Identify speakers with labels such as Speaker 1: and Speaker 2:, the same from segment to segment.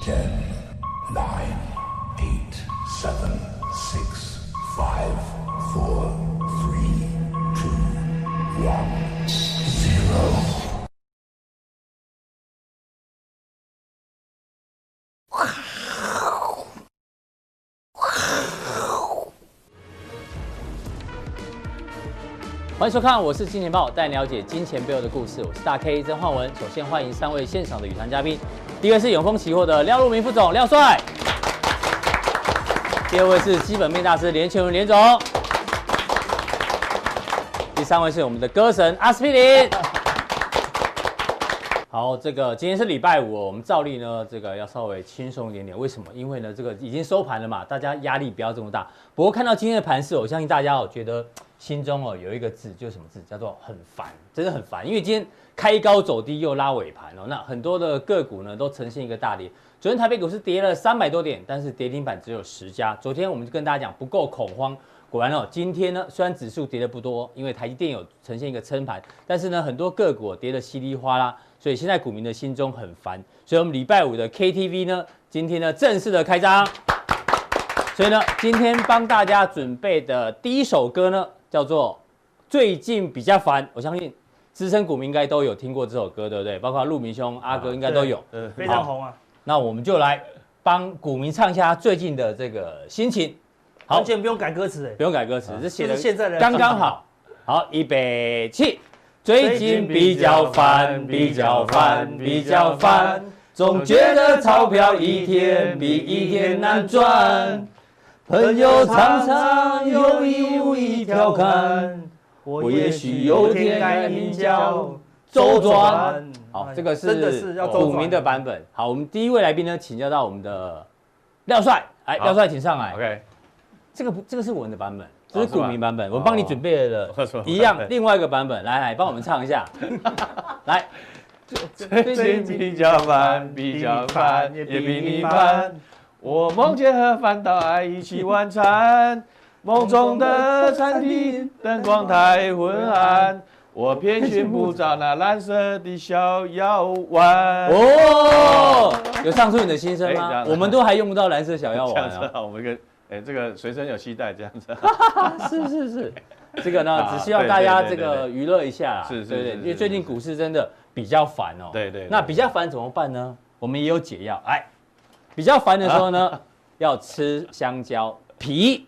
Speaker 1: Ten, nine, eight, seven, six, five, four, three, two, one, zero.
Speaker 2: 欢迎收看，我是金钱豹，带你了解金钱背后的故事。我是大 K 曾焕文。首先欢迎三位现场的语坛嘉宾，第一位是永丰期货的廖路明副总廖帅，第二位是基本面大师连前文连总，第三位是我们的歌神阿司匹林。好，这个今天是礼拜五、哦，我们照例呢，这个要稍微轻松一点点。为什么？因为呢，这个已经收盘了嘛，大家压力不要这么大。不过看到今天的盘势哦，我相信大家哦觉得心中哦有一个字，就是什么字？叫做很烦，真的很烦。因为今天开高走低又拉尾盘哦，那很多的个股呢都呈现一个大跌。昨天台北股市跌了三百多点，但是跌停板只有十家。昨天我们就跟大家讲不够恐慌，果然哦，今天呢虽然指数跌的不多，因为台积电有呈现一个撑盘，但是呢很多个股哦跌得稀里哗啦。所以现在股民的心中很烦，所以我们礼拜五的 KTV 呢，今天呢正式的开张。所以呢，今天帮大家准备的第一首歌呢，叫做《最近比较烦》，我相信资深股民应该都有听过这首歌，对不对？包括陆明兄、阿哥应该都有。
Speaker 3: 啊对非常红啊，
Speaker 2: 那我们就来帮股民唱一下最近的这个心情，好
Speaker 3: 完全不用改歌词
Speaker 4: 欸
Speaker 2: 不用改歌词，这写的
Speaker 3: 啊就是现在的
Speaker 2: 刚刚好。好，预备起。最近比较烦，比较烦，比较烦，总觉得钞票一天比一天难赚。朋友常常有意无意调侃，
Speaker 3: 我
Speaker 2: 我也许有天该名叫周转。好，这个
Speaker 3: 哎真的是
Speaker 2: 是
Speaker 3: 要周
Speaker 2: 股
Speaker 3: 转
Speaker 2: 民的版本。好，我们第一位来宾呢，请教到我们的廖帅，来，
Speaker 5: 好
Speaker 2: 廖帅请上来。
Speaker 5: OK，哦
Speaker 2: 这个不，这个是我们的版本，这是
Speaker 5: 是
Speaker 2: 股
Speaker 5: 吧
Speaker 2: 民版本，我帮你准备了
Speaker 5: 哦是吧
Speaker 2: 一样
Speaker 5: 对
Speaker 2: 另外一个版本，来来帮我们唱一 下，来，
Speaker 5: 最近比较烦，比较烦，也比你烦。我梦见和烦恼爱一起晚餐，梦中的餐厅灯光太昏暗，我偏寻不着那蓝色的小药丸。哦，
Speaker 2: 哦，有唱出你的心声
Speaker 5: 哎这
Speaker 2: 吗
Speaker 5: 样？子
Speaker 2: 我们都还用不到蓝色小药
Speaker 5: 这样
Speaker 2: 丸
Speaker 5: 子
Speaker 2: 啊，
Speaker 5: 啊，我们一个哎，这个随身有携带这样子啊。
Speaker 2: 是是是，这个呢，
Speaker 5: 啊
Speaker 2: 只希望大家这
Speaker 5: 对对对
Speaker 2: 个娱乐一下啦，
Speaker 5: 是是
Speaker 2: 对对
Speaker 5: 是
Speaker 2: 因
Speaker 5: 是
Speaker 2: 为最近
Speaker 5: 是
Speaker 2: 股市真的比较烦哦，
Speaker 5: 对对对
Speaker 2: 那比较烦怎么办呢？我们也有解药，哎，比较烦的时候
Speaker 5: 啊
Speaker 2: 呢，要吃香蕉皮，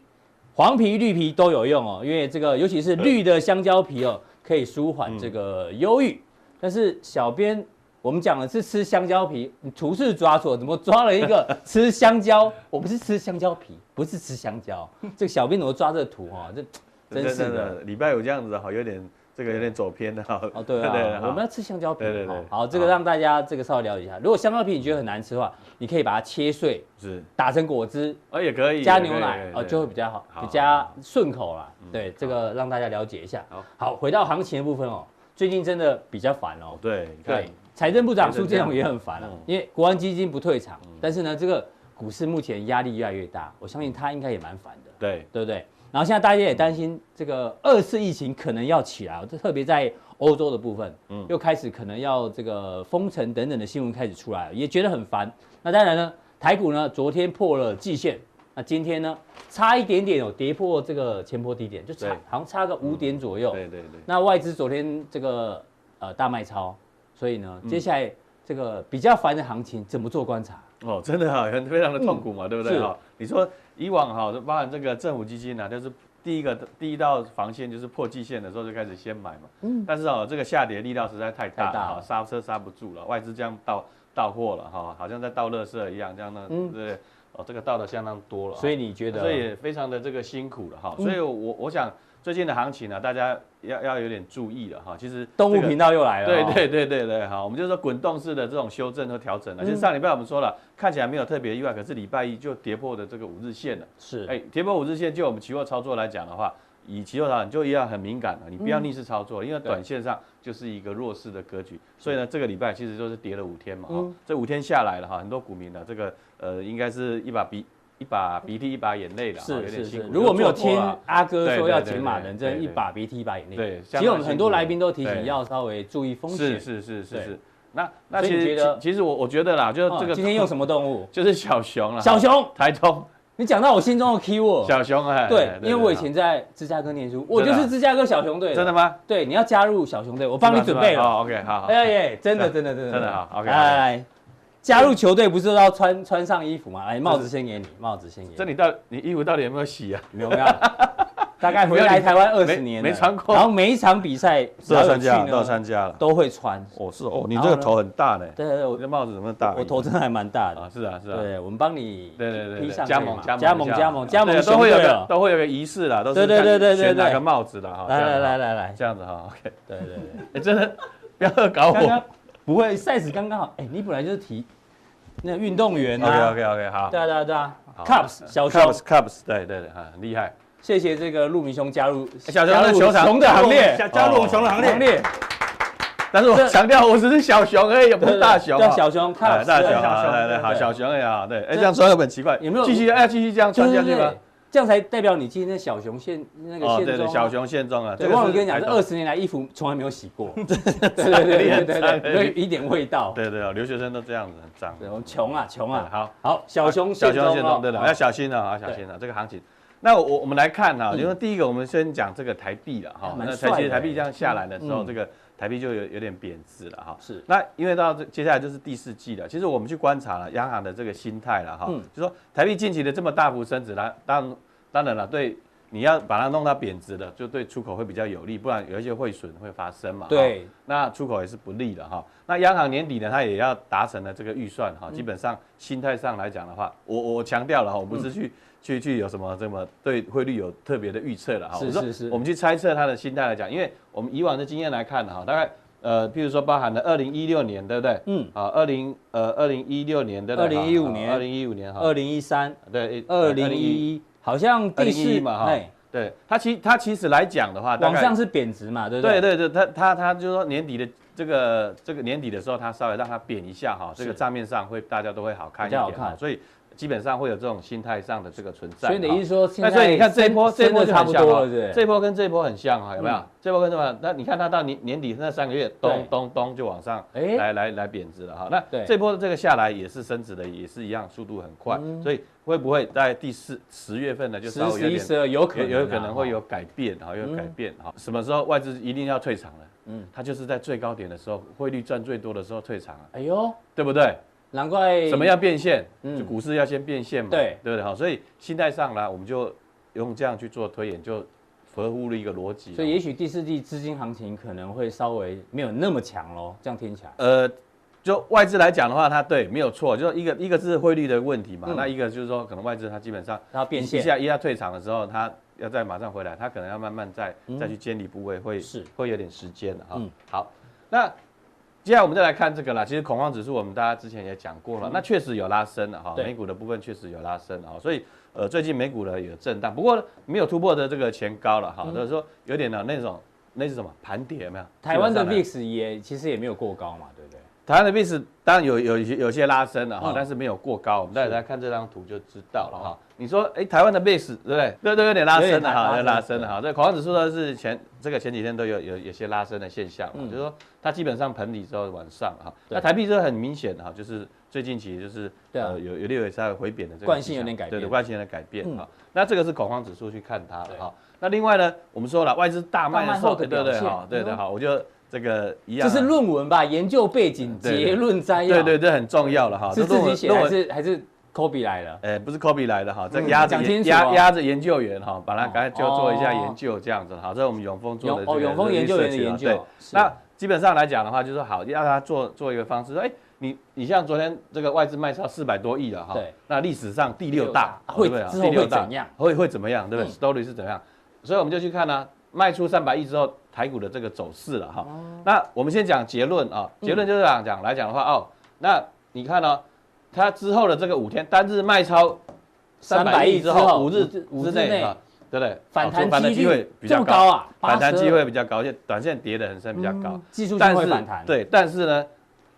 Speaker 2: 黄皮、绿皮都有用哦，因为这个尤其是绿的香蕉皮哦，可以舒
Speaker 5: 嗯
Speaker 2: 缓这个忧郁。但是小编我们讲的是吃香蕉皮，你图是抓错，怎么抓了一个 吃香蕉？我们是吃香蕉皮，不是吃香 蕉。这个小编怎么抓这个图哦？这真是的。，
Speaker 5: 礼拜五这样子哈，有点这个有点走偏了。
Speaker 2: 哦，对啊，我们要吃香蕉皮。
Speaker 5: 对对对
Speaker 2: 哦好，这个
Speaker 5: 好
Speaker 2: 让大家这个稍微了解一下。如果香蕉皮你觉得很难吃的话，你可以把它切碎，
Speaker 5: 是，
Speaker 2: 打成果汁，
Speaker 5: 哦也可以
Speaker 2: 加牛奶哦，就会比较好，
Speaker 5: 好
Speaker 2: 比较顺口啦。对，
Speaker 5: 好
Speaker 2: 这个让大家了解一下
Speaker 5: 好。
Speaker 2: 好，回到行情的部分哦，最近真的比较烦哦。
Speaker 5: 对，你看
Speaker 2: 对，财政部长苏建
Speaker 5: 财政
Speaker 2: 荣
Speaker 5: 部
Speaker 2: 也很烦啊
Speaker 5: 嗯，
Speaker 2: 因为国安基金不退场，但是呢，这个股市目前压力越来越大，我相信他应该也蛮烦的。
Speaker 5: 对。
Speaker 2: 对不对？然后现在大家也担心这个二次疫情可能要起来哦，这特别在欧洲的部分，嗯，又开始可能要这个封城等等的新闻开始出来了，也觉得很烦。那当然呢，台股呢昨天破了季线，那今天呢差一点点有跌破这个前波低点，就差
Speaker 5: 对
Speaker 2: 好像差个五点左右。
Speaker 5: 对对对，
Speaker 2: 那外资昨天这个呃大卖超，所以
Speaker 5: 嗯
Speaker 2: 呢接下来这个比较烦的行情怎么做观察？
Speaker 5: 哦，真的啊， 很非常的痛苦嘛，对不
Speaker 2: 嗯
Speaker 5: 对
Speaker 2: 是
Speaker 5: 哈？你说以往哈，包含这个政府基金呢、啊，就是第一个第一道防线就是破季线的时候就开始先买嘛，嗯，但是哦，这个下跌力道实在太大
Speaker 2: 太大
Speaker 5: 了，
Speaker 2: 了
Speaker 5: 哈刹车刹不住了，外资这样倒倒货了哈，好像在倒垃圾一样，这样呢，
Speaker 2: 嗯
Speaker 5: 对不对，哦，这个倒的相当多了，
Speaker 2: 所以你觉得？嗯
Speaker 5: 所以也非常的这个辛苦了哈，所以我我想最近的行情呢、啊，大家要要有点注意了哈，其实
Speaker 2: 动
Speaker 5: 这
Speaker 2: 物
Speaker 5: 个
Speaker 2: 频道又来了、哦
Speaker 5: 对对对对对，好，我们就说滚动式的这种修正和调整了。其实上礼拜我们说了，看起来没有特别意外，可是礼拜一就跌破的这个五日线了。
Speaker 2: 是，
Speaker 5: 哎，跌破五日线，就我们期货操作来讲的话，以期货操作你就一样很敏感了，你不要逆势操作，因为短线上就是一个弱势的格局。所以呢，这个礼拜其实就是跌了五天嘛，哈、这五天下来了哈，很多股民呢，这个呃，应该是一把鼻一把鼻涕一把眼泪了，哈有
Speaker 2: 是
Speaker 5: 点
Speaker 2: 是
Speaker 5: 辛
Speaker 2: 是
Speaker 5: 苦，。
Speaker 2: 如果没有
Speaker 5: 就做错
Speaker 2: 听
Speaker 5: 了啊
Speaker 2: 阿哥
Speaker 5: 对
Speaker 2: 说
Speaker 5: 对
Speaker 2: 要
Speaker 5: 对
Speaker 2: 减
Speaker 5: 对
Speaker 2: 码
Speaker 5: 对
Speaker 2: 人，真
Speaker 5: 对
Speaker 2: 一
Speaker 5: 对
Speaker 2: 把鼻涕一把眼泪。
Speaker 5: 对
Speaker 2: 其
Speaker 5: 相
Speaker 2: 实
Speaker 5: 当
Speaker 2: 我们很多
Speaker 5: 辛苦
Speaker 2: 来宾都提醒
Speaker 5: 对
Speaker 2: 要稍微注意风
Speaker 5: 是
Speaker 2: 险。
Speaker 5: 是是是
Speaker 2: 对
Speaker 5: 是。那那
Speaker 2: 所以
Speaker 5: 其
Speaker 2: 你觉
Speaker 5: 实
Speaker 2: 得
Speaker 5: 其其实我我觉得啦，就是这
Speaker 2: 嗯
Speaker 5: 个
Speaker 2: 今天用什么动 物？
Speaker 5: 就是小熊啦，
Speaker 2: 小熊，
Speaker 5: 台东
Speaker 2: 你讲到我心中的 keyword。
Speaker 5: 小熊哎，
Speaker 2: 对，因为我以前在芝加哥念书，我就是芝加哥小熊队。
Speaker 5: 啊真的？吗？
Speaker 2: 对，你要加入小熊队，我帮你准备
Speaker 5: 是吧
Speaker 2: 了。
Speaker 5: 哦，OK，好好。
Speaker 2: 哎哎，真的，
Speaker 5: 是啊
Speaker 2: 真的，真的，
Speaker 5: 真的好，OK，
Speaker 2: 来来来，加入球队不是都要穿穿上衣服吗？来，帽子
Speaker 5: 这
Speaker 2: 先给你，帽子先给你。
Speaker 5: 这你到你衣服到底有没有洗啊？
Speaker 2: 没有没 有，大概回来台湾二十年了
Speaker 5: 没没穿过
Speaker 2: 然后每一场比赛
Speaker 5: 都
Speaker 2: 只
Speaker 5: 要
Speaker 2: 要有
Speaker 5: 参
Speaker 2: 去
Speaker 5: 加，都要
Speaker 2: 呢，
Speaker 5: 参加了。
Speaker 2: 都会穿。
Speaker 5: 哦，是哦，你
Speaker 2: 然
Speaker 5: 这
Speaker 2: 后
Speaker 5: 个
Speaker 2: 呢
Speaker 5: 头很大呢，
Speaker 2: 对对对，
Speaker 5: 你
Speaker 2: 我
Speaker 5: 的帽子怎么那么大？
Speaker 2: 我头真的还蛮大的。
Speaker 5: 啊，是啊，是啊。
Speaker 2: 对，我们帮你
Speaker 5: 对对对
Speaker 2: 披
Speaker 5: 对
Speaker 2: 上
Speaker 5: 加
Speaker 2: 可以
Speaker 5: 盟
Speaker 2: 吗
Speaker 5: 加盟
Speaker 2: 加盟
Speaker 5: 一下
Speaker 2: 加盟加盟
Speaker 5: 对
Speaker 2: 熊
Speaker 5: 都会有
Speaker 2: 队
Speaker 5: 个
Speaker 2: 了。
Speaker 5: 都会有个仪式啦，都是
Speaker 2: 对对
Speaker 5: 看
Speaker 2: 对对对
Speaker 5: 选哪
Speaker 2: 对
Speaker 5: 个帽子啦，哈
Speaker 2: 来
Speaker 5: 这
Speaker 2: 来
Speaker 5: 样
Speaker 2: 来
Speaker 5: 哈
Speaker 2: 来来，
Speaker 5: 这样子哈，OK，
Speaker 2: 对对对，
Speaker 5: 哎真的不要搞
Speaker 2: 刚刚不
Speaker 5: 我
Speaker 2: 会 size 刚刚好。哎，你本来就是体那运动员
Speaker 5: ，OK
Speaker 2: 啊。
Speaker 5: OK OK 好
Speaker 2: 对啊对啊对啊
Speaker 5: 好
Speaker 2: ，Cups 小熊，
Speaker 5: ，Cubs Cubs，对对对，啊很厉害，
Speaker 2: 谢谢这个陆明兄加入
Speaker 5: 哎小熊
Speaker 2: 加
Speaker 5: 的
Speaker 2: 入
Speaker 5: 球场
Speaker 2: 熊的行列，
Speaker 3: 加加入我们熊的行
Speaker 2: 行
Speaker 3: 列。
Speaker 2: 列，
Speaker 5: 但是我
Speaker 2: 这
Speaker 5: 强调我只是小熊而已，不
Speaker 2: 对
Speaker 5: 是
Speaker 2: 对
Speaker 5: 大熊
Speaker 2: 对
Speaker 5: 啊，
Speaker 2: 小熊 Cups
Speaker 5: 哎大熊
Speaker 2: 对
Speaker 5: 啊，
Speaker 3: 小熊
Speaker 5: 来来好
Speaker 2: 对
Speaker 5: 小熊也好，对，哎
Speaker 2: 这
Speaker 5: 这样穿有很奇怪，
Speaker 2: 有没有
Speaker 5: 继续哎继续这样
Speaker 2: 对
Speaker 5: 穿
Speaker 2: 对
Speaker 5: 下去
Speaker 2: 对，
Speaker 5: 吗？
Speaker 2: 这样才代表你今天小熊现那个
Speaker 5: 哦，
Speaker 2: 现
Speaker 5: 对
Speaker 2: 状啊
Speaker 5: 对，小。熊现状啊，
Speaker 2: 对，
Speaker 5: 这个
Speaker 2: 忘了
Speaker 5: 是
Speaker 2: 跟你讲，这
Speaker 5: 台
Speaker 2: 二
Speaker 5: 东
Speaker 2: 十年来衣服从来没有洗 过。对 对对对对对，
Speaker 5: 对
Speaker 2: 没有一点味道。
Speaker 5: 对对，哦留学生都这样子，很脏。
Speaker 2: 对，我们穷啊穷啊。
Speaker 5: 好。
Speaker 2: 好，小熊
Speaker 5: 小熊
Speaker 2: 现
Speaker 5: 现
Speaker 2: 状
Speaker 5: 状对的，
Speaker 2: 哦
Speaker 5: 要小心啊，要小心啊，这个行情。那我我们来看哈，因为第一个我们先讲这个台币了哈
Speaker 2: 嗯哎还，蛮
Speaker 5: 那
Speaker 2: 帅
Speaker 5: 台
Speaker 2: 的
Speaker 5: 其实台币这样下来的时候，
Speaker 2: 嗯
Speaker 5: 这个台币就有有点贬值了哈。
Speaker 2: 是
Speaker 5: 那因为到这接下来就是第四季了，其实我们去观察了央行的这个心态了哈
Speaker 2: 嗯，
Speaker 5: 就说台币近期的这么大幅升值，啦，当当然了，对你要把它弄到贬值的，就对出口会比较有利，不然有一些汇损会发生嘛。哈
Speaker 2: 对，
Speaker 5: 那出口也是不利的哈。那央行年底呢，它也要达成了这个预算
Speaker 2: 嗯
Speaker 5: 哈。基本上心态上来讲的话，我我强调了哈，我不是去、去去有什么这么对汇率有特别的预测了哈。
Speaker 2: 是
Speaker 5: 我说
Speaker 2: 是是
Speaker 5: 我们去猜测它的心态来讲，因为我们以往的经验来看哈，大概呃，譬如说包含了二零一六年，对不对？
Speaker 2: 嗯，
Speaker 5: 啊，二零呃二零一六年对不对？
Speaker 2: 2015年
Speaker 5: 二零一五年
Speaker 2: 二
Speaker 5: 哈，
Speaker 2: 零一
Speaker 5: 哎
Speaker 2: 三、
Speaker 5: 对，
Speaker 2: 二零一一，好像
Speaker 5: 二
Speaker 2: 第
Speaker 5: 零一
Speaker 2: 四
Speaker 5: 一嘛哈
Speaker 2: 哎，
Speaker 5: 对它其它其实来讲的话，大
Speaker 2: 往
Speaker 5: 概
Speaker 2: 上是贬值嘛，对不
Speaker 5: 对
Speaker 2: 对？
Speaker 5: 对对，他他他就说年底的这个这个年底的时候，他稍微让它贬一下哈，这个
Speaker 2: 是
Speaker 5: 账面上会大家都会好看一
Speaker 2: 比较
Speaker 5: 点
Speaker 2: 好
Speaker 5: 哈，
Speaker 2: 看
Speaker 5: 所以基本上会有这种心态上的这个存在。
Speaker 2: 所以你的
Speaker 5: 哈
Speaker 2: 意思说，
Speaker 5: 那
Speaker 2: 现
Speaker 5: 哎所
Speaker 2: 在
Speaker 5: 以你看这一波，
Speaker 2: 升
Speaker 5: 这一波
Speaker 2: 升
Speaker 5: 就
Speaker 2: 得差
Speaker 5: 很
Speaker 2: 不
Speaker 5: 像
Speaker 2: 多
Speaker 5: 哈
Speaker 2: 了，对不
Speaker 5: 这
Speaker 2: 对？
Speaker 5: 一波跟这一波很像哈，有没有
Speaker 2: 嗯？
Speaker 5: 这一波跟什么？那你看它到年年底那三个月，
Speaker 2: 对
Speaker 5: 咚咚咚就往上
Speaker 2: 哎
Speaker 5: 来来来贬值了哈。
Speaker 2: 对
Speaker 5: 那这波这个下来也是升值的，也是一样，速度很快，所以会不会在第四十月份呢就稍
Speaker 2: 十
Speaker 5: 微有
Speaker 2: 十一
Speaker 5: 点
Speaker 2: 十二有可能
Speaker 5: 有
Speaker 2: 啊嗯
Speaker 5: 有可能会有改变哈，有改变哈。什么时候外资一定要退场了？嗯，它就是在最高点的时候，汇率赚最多的时候退场啊，
Speaker 2: 哎呦，
Speaker 5: 对不对？
Speaker 2: 难怪
Speaker 5: 什么要变现？
Speaker 2: 嗯
Speaker 5: 就股市要先变现嘛，
Speaker 2: 对
Speaker 5: 对不对？好，所以心态上呢，我们就用这样去做推演，就合乎了一个逻辑。
Speaker 2: 所以也
Speaker 5: 许
Speaker 2: 许第四季资金行情可能会稍微没有那么强喽，这样听起来。
Speaker 5: 呃，就外资来讲的话，它对没有错，就是一个一个是汇率的问题嘛，
Speaker 2: 嗯
Speaker 5: 那一个就是说可能外资它基本上
Speaker 2: 它变现
Speaker 5: 一下一下退场的时候，它要再马上回来，它可能要慢慢再、再去建立部位，会
Speaker 2: 嗯是
Speaker 5: 会有点时间的哈。
Speaker 2: 嗯
Speaker 5: 好，那。接下来我们再来看这个啦，其实恐慌指数我们大家之前也讲过了，那确实有拉升了
Speaker 2: 嗯
Speaker 5: 哈，
Speaker 2: 对
Speaker 5: 美股的部分确实有拉升了哈，所以呃最近美股呢有震荡，不过没有突破的这个前高了
Speaker 2: 嗯
Speaker 5: 哈，就是说有点呢那种那是什么盘跌有没有？
Speaker 2: 台湾的
Speaker 5: 基本上呢
Speaker 2: VIX 也其实也没有过高嘛，对不对？
Speaker 5: 台湾的 VIX 当然有有有有些拉升了
Speaker 2: 嗯
Speaker 5: 哈，但是没有过高。我们大家看这张图就知道了哈。你说，哎，台湾的 VIX 对不对？对对，有点拉升了哈，
Speaker 2: 有点拉
Speaker 5: 有
Speaker 2: 拉
Speaker 5: 拉升了哈。这恐慌指数呢是前这个前几天都有有有些拉升的现象嘛，就是说它基本上盆底之后往上哈。
Speaker 2: 嗯对
Speaker 5: 那台币这很明显哈，就是最近期就是
Speaker 2: 对啊
Speaker 5: 呃有有略有稍微回贬的这个
Speaker 2: 惯性
Speaker 5: 迹象
Speaker 2: 有点改变
Speaker 5: 对对，惯性有点改变
Speaker 2: 嗯
Speaker 5: 哈。那这个是恐慌指数去看它了
Speaker 2: 对
Speaker 5: 哈。那另外呢，我们说了外资大卖
Speaker 2: 大卖
Speaker 5: 的时候，
Speaker 2: 后的
Speaker 5: 对对对
Speaker 2: 表现
Speaker 5: 哈，对
Speaker 2: 哎
Speaker 5: 对
Speaker 2: 呦
Speaker 5: 好，我就这个一样
Speaker 2: 这
Speaker 5: 啊。
Speaker 2: 是论文吧？研究背景、
Speaker 5: 对
Speaker 2: 结论摘要，
Speaker 5: 对对，这很重要了哈。
Speaker 2: 是
Speaker 5: 这论
Speaker 2: 自己写
Speaker 5: 文论
Speaker 2: 还
Speaker 5: 文
Speaker 2: 是还是 Kobe 来了？
Speaker 5: 呃，不是 Kobe 来的哈，这
Speaker 2: 嗯
Speaker 5: 压着
Speaker 2: 讲
Speaker 5: 研
Speaker 2: 清楚
Speaker 5: 压
Speaker 2: 哦
Speaker 5: 压着研究员哈，把它赶快就做一下
Speaker 2: 哦
Speaker 5: 研究这样子哈。这是我们永丰做
Speaker 2: 永
Speaker 5: 的
Speaker 2: 哦，
Speaker 5: 这个
Speaker 2: 永丰研究员的
Speaker 5: research 啊
Speaker 2: 研
Speaker 5: 对
Speaker 2: 究，是
Speaker 5: 那基本上来讲的话，就是说好要他做做一个方式，说哎，你你像昨天这个外资卖超四百多亿了哈，
Speaker 2: 对，
Speaker 5: 那历史上第
Speaker 2: 六
Speaker 5: 六大
Speaker 2: 大，
Speaker 5: 对不对
Speaker 2: 会之后
Speaker 5: 第六
Speaker 2: 会
Speaker 5: 大
Speaker 2: 怎样嗯
Speaker 5: 会会怎么样，对不对？Story 是怎样？所以我们就去看呢，卖出三百亿之后，台股的这个走势了哈。
Speaker 2: 哦
Speaker 5: 那我们先讲结论啊，结
Speaker 2: 嗯
Speaker 5: 论就是讲讲来讲的话哦，那你看呢，它之后的这个五天单日卖超三百亿之后，五日
Speaker 2: 五
Speaker 5: 之
Speaker 2: 之
Speaker 5: 内
Speaker 2: 内
Speaker 5: 啊，对不对？
Speaker 2: 反
Speaker 5: 好
Speaker 2: 弹
Speaker 5: 做反弹
Speaker 2: 几
Speaker 5: 机会
Speaker 2: 率
Speaker 5: 比
Speaker 2: 这
Speaker 5: 较
Speaker 2: 么高
Speaker 5: 高，
Speaker 2: 啊，
Speaker 5: 反弹
Speaker 2: 82
Speaker 5: 机会比较高，而且短线跌得很深，比较高
Speaker 2: 嗯。技术
Speaker 5: 但
Speaker 2: 性
Speaker 5: 是
Speaker 2: 会反弹，，
Speaker 5: 对，但是呢，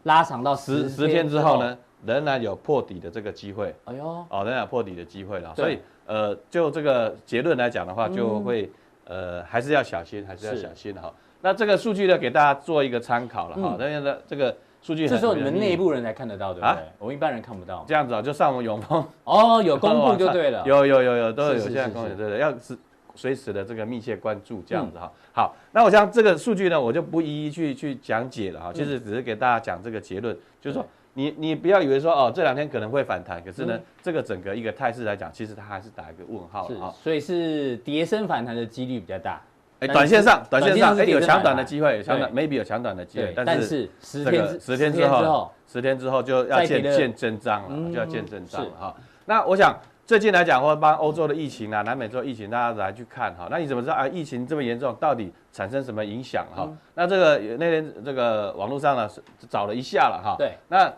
Speaker 2: 拉长到
Speaker 5: 十
Speaker 2: 十
Speaker 5: 十天之后呢，仍然有破底的这个机会，
Speaker 2: 哎呦，
Speaker 5: 哦，仍然有破底的机会了。
Speaker 2: 对嗯
Speaker 5: 所以呃，就这个结论来讲的话，就会呃还是要小心，还是要
Speaker 2: 是
Speaker 5: 小心哈。那这个数据呢，给大家做一个参考了哈
Speaker 2: 嗯。
Speaker 5: 那现在这个数据
Speaker 2: 这
Speaker 5: 很
Speaker 2: 时候你们
Speaker 5: 容易
Speaker 2: 内部人才看得到，对不
Speaker 5: 啊
Speaker 2: 对？我们一般人看不到。
Speaker 5: 这样子啊，就上永丰
Speaker 2: 哦，有 公布就对了。
Speaker 5: 有有有有都有
Speaker 2: 是是
Speaker 5: 现在
Speaker 2: 是
Speaker 5: 公布
Speaker 2: 是嗯
Speaker 5: 对的，要是随时的这个密切关注这样子哈。好，那我想这个数据呢，我就不一一去去讲解了哈，
Speaker 2: 嗯
Speaker 5: 其实只是给大家讲这个结论，就是说。你你不要以为说哦，这两天可能会反弹，可是呢，这个整个一个态势来讲，其实它还是打一个问号
Speaker 2: 嗯是
Speaker 5: 了哈。，
Speaker 2: 所以是跌升反弹的几率比较大。
Speaker 5: 哎，
Speaker 2: 但是
Speaker 5: 短线上，短
Speaker 2: 短
Speaker 5: 线
Speaker 2: 线上
Speaker 5: 上，
Speaker 2: 是
Speaker 5: 哎，
Speaker 2: 跌
Speaker 5: 有
Speaker 2: 升
Speaker 5: 强
Speaker 2: 反
Speaker 5: 短的
Speaker 2: 弹
Speaker 5: 机会，有强短
Speaker 2: 对
Speaker 5: maybe 有强短的机会
Speaker 2: 对，，
Speaker 5: 但
Speaker 2: 但
Speaker 5: 是
Speaker 2: 是十
Speaker 5: 这
Speaker 2: 天
Speaker 5: 个
Speaker 2: 之
Speaker 5: 十天之后
Speaker 2: 后，，
Speaker 5: 十天之后就要
Speaker 2: 再提
Speaker 5: 见
Speaker 2: 的
Speaker 5: 见真章了，
Speaker 2: 嗯
Speaker 5: 就要见真章了
Speaker 2: 是
Speaker 5: 哈。那我想最近来讲，或者帮欧洲的疫情啊、南美洲疫情，大家来去看哈。那你怎么知道啊？疫情这么严重，到底产生什么影响哈？
Speaker 2: 嗯
Speaker 5: 那这个那天这个网络上呢是找了一下了哈。
Speaker 2: 对，
Speaker 5: 那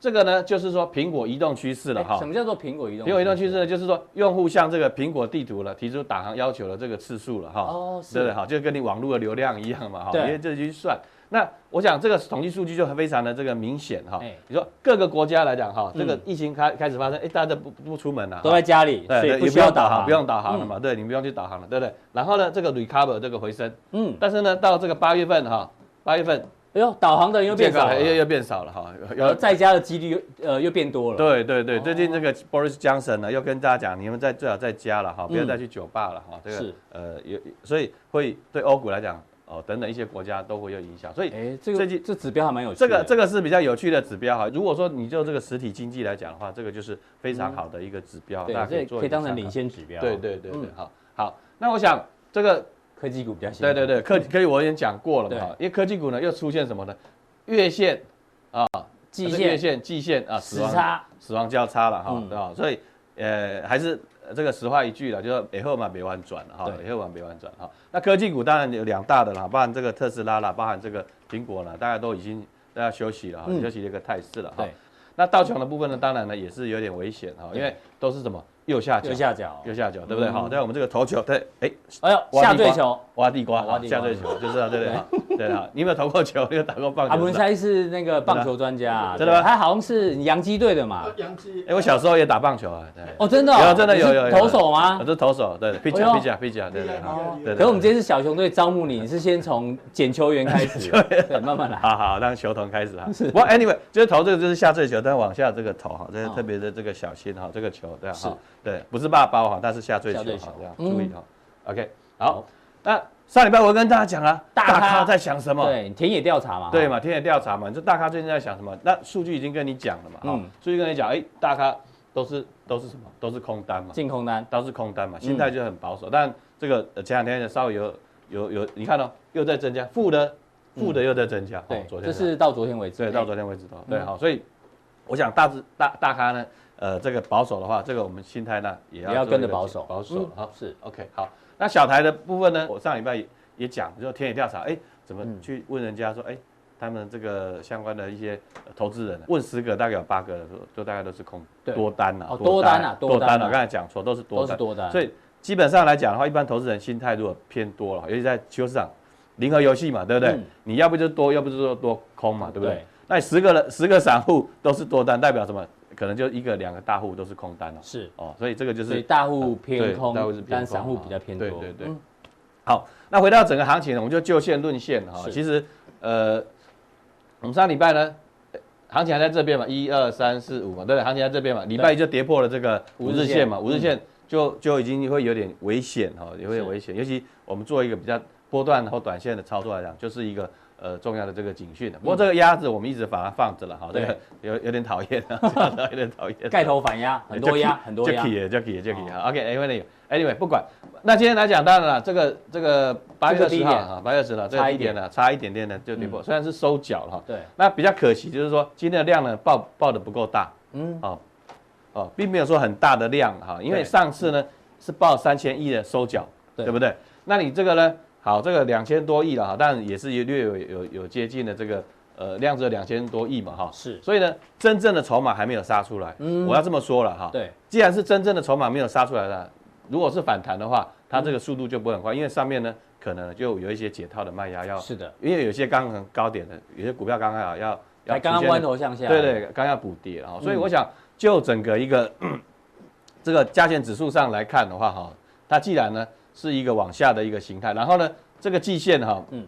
Speaker 5: 这个呢，就是说苹果移动趋势了
Speaker 2: 哎
Speaker 5: 哈
Speaker 2: 什。么叫做苹果移动？
Speaker 5: 苹果移动趋势呢，就是说用户向这个苹果地图了提出导航要求的这个次数了哈。
Speaker 2: 哦，
Speaker 5: 对不对？
Speaker 2: 是
Speaker 5: 好，就跟你网络的流量一样嘛，哈，
Speaker 2: 对
Speaker 5: 因为这去算。那我想这个统计数据就非常的这个明显哈
Speaker 2: 哎。
Speaker 5: 你说各个国家来讲哈，这个
Speaker 2: 嗯
Speaker 5: 疫情开开始发生，哎，大家都不不出门了，
Speaker 2: 都
Speaker 5: 哈
Speaker 2: 在家里，
Speaker 5: 对
Speaker 2: 所
Speaker 5: 对，
Speaker 2: 以
Speaker 5: 也
Speaker 2: 需要导
Speaker 5: 导
Speaker 2: 航，
Speaker 5: 不用导航了
Speaker 2: 嗯
Speaker 5: 嘛，对，你不用去导航了，对不对？然后呢，这个 recover 这个回升，
Speaker 2: 嗯，
Speaker 5: 但是呢，到这个八月份哈，八月份
Speaker 2: 哎呦，导航的人又变少
Speaker 5: 这
Speaker 2: 了
Speaker 5: 个，又又变少了哈，
Speaker 2: 然后在家的几率又呃又变多了。哦
Speaker 5: 对对对，最近这个 Boris Johnson 呢，又跟大家讲，你们在最好在家了哈，不要
Speaker 2: 嗯
Speaker 5: 再去酒吧了哈。这个
Speaker 2: 是
Speaker 5: 呃，有所以会对欧股来讲，哦等等一些国家都会有影响，所以
Speaker 2: 哎，这个
Speaker 5: 最近
Speaker 2: 这指标还蛮有趣
Speaker 5: 这
Speaker 2: 的。
Speaker 5: 个这
Speaker 2: 个
Speaker 5: 个是比较有趣的指标哈。如果说你就这个实体经济来讲的话，这个就是非常好的一个指标，大家
Speaker 2: 嗯对，
Speaker 5: 可以
Speaker 2: 这
Speaker 5: 做
Speaker 2: 可以
Speaker 5: 一个
Speaker 2: 当成
Speaker 5: 参
Speaker 2: 领
Speaker 5: 考。
Speaker 2: 先指标。
Speaker 5: 对对对对
Speaker 2: 嗯，
Speaker 5: 好好，那我想这个
Speaker 2: 科技股比较辛苦。
Speaker 5: 对对对，科科技我已经讲过了嘛
Speaker 2: 对
Speaker 5: 哈，因为科技股呢又出现什么呢？月线啊，
Speaker 2: 季
Speaker 5: 月
Speaker 2: 线
Speaker 5: 线、季线啊，死
Speaker 2: 时
Speaker 5: 亡
Speaker 2: 差
Speaker 5: 死亡交叉了哈，
Speaker 2: 嗯
Speaker 5: 对吧？所以呃，还是呃这个实话一句了，就是以后嘛别玩转了哈，
Speaker 2: 对
Speaker 5: 以后嘛别玩转哈。那科技股当然有两大的啦，包含这个特斯拉啦，包含这个苹果啦，大家都已经大家休息了哈，
Speaker 2: 嗯
Speaker 5: 休息这个态势了哈
Speaker 2: 对。
Speaker 5: 那道琼的部分呢，当然呢也是有点危险哈，
Speaker 2: 对
Speaker 5: 因为都是什么右下角
Speaker 2: 右。下角，
Speaker 5: 右下角对不对？
Speaker 2: 嗯
Speaker 5: 好，在我们这个头球，对，哎，
Speaker 2: 哎呦，
Speaker 5: 挖
Speaker 2: 下
Speaker 5: 地
Speaker 2: 坠
Speaker 5: 瓜
Speaker 2: 球。
Speaker 5: 挖地瓜，
Speaker 2: 挖
Speaker 5: 好
Speaker 2: 地
Speaker 5: 下
Speaker 2: 瓜
Speaker 5: 坠球就知道，对不对？好对啊，你有没有投过球？ 你有打过棒
Speaker 2: 阿
Speaker 5: 球？
Speaker 2: 啊文
Speaker 5: 是吧
Speaker 2: 塞是那个棒球专家啊，
Speaker 5: 真的吗
Speaker 2: 对他好像是洋基队的嘛
Speaker 3: 呃。洋基，
Speaker 5: 哎，我小时候也打棒球啊，对，
Speaker 2: 哦，真的哦，
Speaker 5: 有真的
Speaker 2: 你是
Speaker 5: 有有有
Speaker 2: 投手吗
Speaker 5: 我？是投手，对，pitcher
Speaker 2: 哎呦
Speaker 5: pitcher pitcher，对对。好
Speaker 3: 哦
Speaker 5: 对对
Speaker 2: 可是我们这次小熊队招募你，你是先从捡球员开 始，对，慢慢来。
Speaker 5: 好好，让球童开始哈。不过 anyway，就是投这个就是下坠球，但往下这个投哈，这个
Speaker 2: 哦
Speaker 5: 特别的这个小心哈，这个球对
Speaker 2: 是
Speaker 5: 哈，对，不是霸包哈，但是下坠球
Speaker 2: 下坠
Speaker 5: 哈
Speaker 2: 球，
Speaker 5: 这样
Speaker 2: 嗯
Speaker 5: 注意哈。OK，好，那上礼拜我跟大家讲了，
Speaker 2: 大
Speaker 5: 大咖
Speaker 2: 咖
Speaker 5: 在想什么？
Speaker 2: 对，田野调查嘛。
Speaker 5: 对
Speaker 2: 哈？
Speaker 5: 嘛，天眼调查嘛，你说大咖最近在想什么？那数据已经跟你讲了嘛，哈
Speaker 2: 嗯，
Speaker 5: 数据跟你讲，哎，大咖都是都是什么？都是空单嘛，
Speaker 2: 净空单，
Speaker 5: 都是空单
Speaker 2: 嗯
Speaker 5: 嘛，心态就很保守。但这个呃前两天也稍微有有有，你看哦，又在增加，负的负的又在增加，
Speaker 2: 嗯对
Speaker 5: 哦，昨
Speaker 2: 这
Speaker 5: 天
Speaker 2: 是到昨天为止。哎
Speaker 5: 对到昨天为止的，对
Speaker 2: 嗯
Speaker 5: 好，所以我想大致大大咖呢，呃，这个保守的话，这个我们心态呢也要
Speaker 2: 也要
Speaker 5: 做
Speaker 2: 跟
Speaker 5: 一
Speaker 2: 着
Speaker 5: 个
Speaker 2: 保守
Speaker 5: 保守
Speaker 2: 嗯
Speaker 5: 好
Speaker 2: 是
Speaker 5: OK 好。那小台的部分呢，我上礼拜也也讲，就田野调查，哎，怎么
Speaker 2: 嗯
Speaker 5: 去问人家说，哎。他们这个相关的一些呃投资人，问十个大概有八个都都大概都是空
Speaker 2: 对
Speaker 5: 多单呐、
Speaker 2: 哦多单啊
Speaker 5: 多
Speaker 2: 多单啊
Speaker 5: 单啊，刚才讲错，都是多
Speaker 2: 都是
Speaker 5: 单，
Speaker 2: 多单，
Speaker 5: 所以基本上来讲的话，一般投资人心态如果偏多了，尤其在球市场，零和游戏嘛，对不对？
Speaker 2: 嗯
Speaker 5: 你要不就多，要不就说多空嘛，对不对？
Speaker 2: 对
Speaker 5: 那十个人十个散户都是多单，代表什么？可能就一个两个大户都是空单了、
Speaker 2: 是，
Speaker 5: 哦。所以这个就
Speaker 2: 所以
Speaker 5: 是
Speaker 2: 大户偏
Speaker 5: 对大户是
Speaker 2: 空
Speaker 5: 偏，空
Speaker 2: 但散户比较偏多。
Speaker 5: 对对对
Speaker 2: 嗯
Speaker 5: 好。那回到整个行情呢，我们就就线论线哈、
Speaker 2: 是
Speaker 5: 其实呃，我们上礼拜呢。呃行情还在这边嘛，一二三四五嘛，对不对？行情在这边嘛，礼拜一就跌破了这个五日线嗯嘛，
Speaker 2: 五
Speaker 5: 五
Speaker 2: 日线
Speaker 5: 日线就就已经会有点危险哈，有点危险。尤其我们做一个比较波段或短线的操作来讲，就是一个呃重要的这个警讯的。不过这个鸭子我们一直把它放着了哈，这个有有点讨厌 啊，这样子有点讨厌。
Speaker 2: 盖头反压，很多压，很多哦压。
Speaker 5: Jacky 哈，OK，anyway，anyway，不管。那今天来讲，当然了，这个这个八
Speaker 2: 这
Speaker 5: 月
Speaker 2: 个低
Speaker 5: 十
Speaker 2: 点
Speaker 5: 号啊，八月十号这个
Speaker 2: 差一嗯
Speaker 5: 低点呢，差一点点呢就跌破，虽然是收脚了哈。
Speaker 2: 对，
Speaker 5: 那比较可惜就是说，今天的量呢报报的不够大，
Speaker 2: 嗯，
Speaker 5: 哦哦，并没有说很大的量哈，因为
Speaker 2: 对
Speaker 5: 上次呢是报三千亿的收缴，
Speaker 2: 对
Speaker 5: 对不对？那你这个呢，好，这个两千多亿了哈，但也是有略有有有接近的这个呃量只有两千多亿嘛哈，
Speaker 2: 是，
Speaker 5: 所以呢，真正的筹码还没有杀出来，
Speaker 2: 嗯
Speaker 5: 我要这么说了哈，
Speaker 2: 对，
Speaker 5: 既然是真正的筹码没有杀出来了，如果是反弹的话，它这个速度就不会很快，因为上面呢可能就有一些解套的卖压要，
Speaker 2: 是的，
Speaker 5: 因为有些刚很高点的，有些股票刚刚好要要
Speaker 2: 才刚刚
Speaker 5: 出现
Speaker 2: 弯头向下。
Speaker 5: 对对，刚要补跌了哈，所以我想就整个一个、 这个加权指数上来看的话哈，它既然呢是一个往下的一个形态，然后呢这个季线哈，
Speaker 2: 嗯
Speaker 5: 嗯，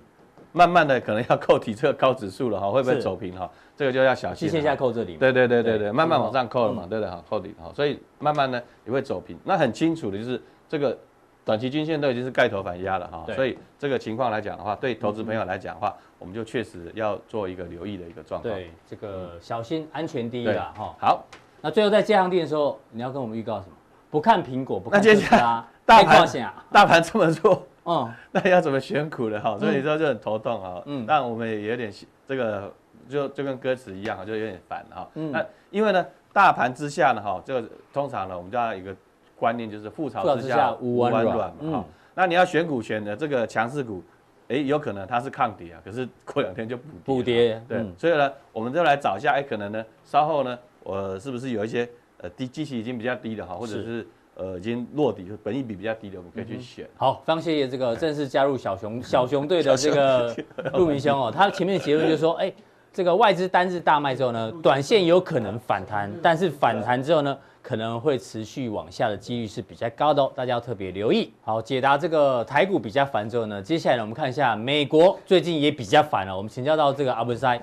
Speaker 5: 慢慢的可能要扣体测高指数了哈，会不会
Speaker 2: 是
Speaker 5: 走平哈？这个就要小
Speaker 2: 季
Speaker 5: 心。
Speaker 2: 线现在扣这里，
Speaker 5: 对对对对
Speaker 2: 对嗯
Speaker 5: 对，慢慢往上扣了嘛，对的哈，扣底哈，所以慢慢呢也会走平。那很清楚的就是这个短期均线都已经是盖头反压了哈
Speaker 2: 对，嗯
Speaker 5: 所以这个情况来讲的话，对投资朋友来讲的话，我们就确实要做一个留意的一个状况。
Speaker 2: 对，这个小心安全第一啦哈。
Speaker 5: 好，
Speaker 2: 那最后在建行店的时候，你要跟我们预告什么？不看苹果，不看
Speaker 5: 那接
Speaker 2: 特斯
Speaker 5: 下来
Speaker 2: 拉，
Speaker 5: 大
Speaker 2: 看挂
Speaker 5: 盘
Speaker 2: 线啊，
Speaker 5: 大盘这么弱，
Speaker 2: 嗯，
Speaker 5: 那要怎么选股呢？哈，所以说就很头痛啊。
Speaker 2: 嗯
Speaker 5: 嗯，但我们也有点这个，就就跟歌词一样啊，就有点烦哈。
Speaker 2: 嗯
Speaker 5: 那因为呢，大盘之下呢，哈，这个通常呢，我们叫一个观念就是覆
Speaker 2: 覆巢
Speaker 5: 巢
Speaker 2: 之
Speaker 5: 之
Speaker 2: 下
Speaker 5: 下
Speaker 2: 无
Speaker 5: 无
Speaker 2: 完
Speaker 5: 完
Speaker 2: 卵嗯
Speaker 5: 卵嘛。哈，那你要选股选的这个强势股，哎，有可能它是抗跌啊，可是过两天就补
Speaker 2: 补
Speaker 5: 跌了。啊
Speaker 2: 跌，
Speaker 5: 对
Speaker 2: 嗯，
Speaker 5: 所以呢，我们就来找一下，哎，可能呢，稍后呢，我是不是有一些呃低基期已经比较低的哈，或者
Speaker 2: 是嗯
Speaker 5: 是呃已经落底，本益比比较低的，我们可以去选。
Speaker 2: 好，非常谢谢这个正式加入小熊哎 小熊队的这个陆明 兄哦，他前面的结论就是说，哎、这个外资单日大卖之后呢，短线有可能反弹，但是反弹之后呢，可能会持续往下的几率是比较高的哦，大家要特别留意。好，解答这个台股比较烦之后呢，接下来呢，我们看一下美国最近也比较烦了、我们请教到这个阿文塞，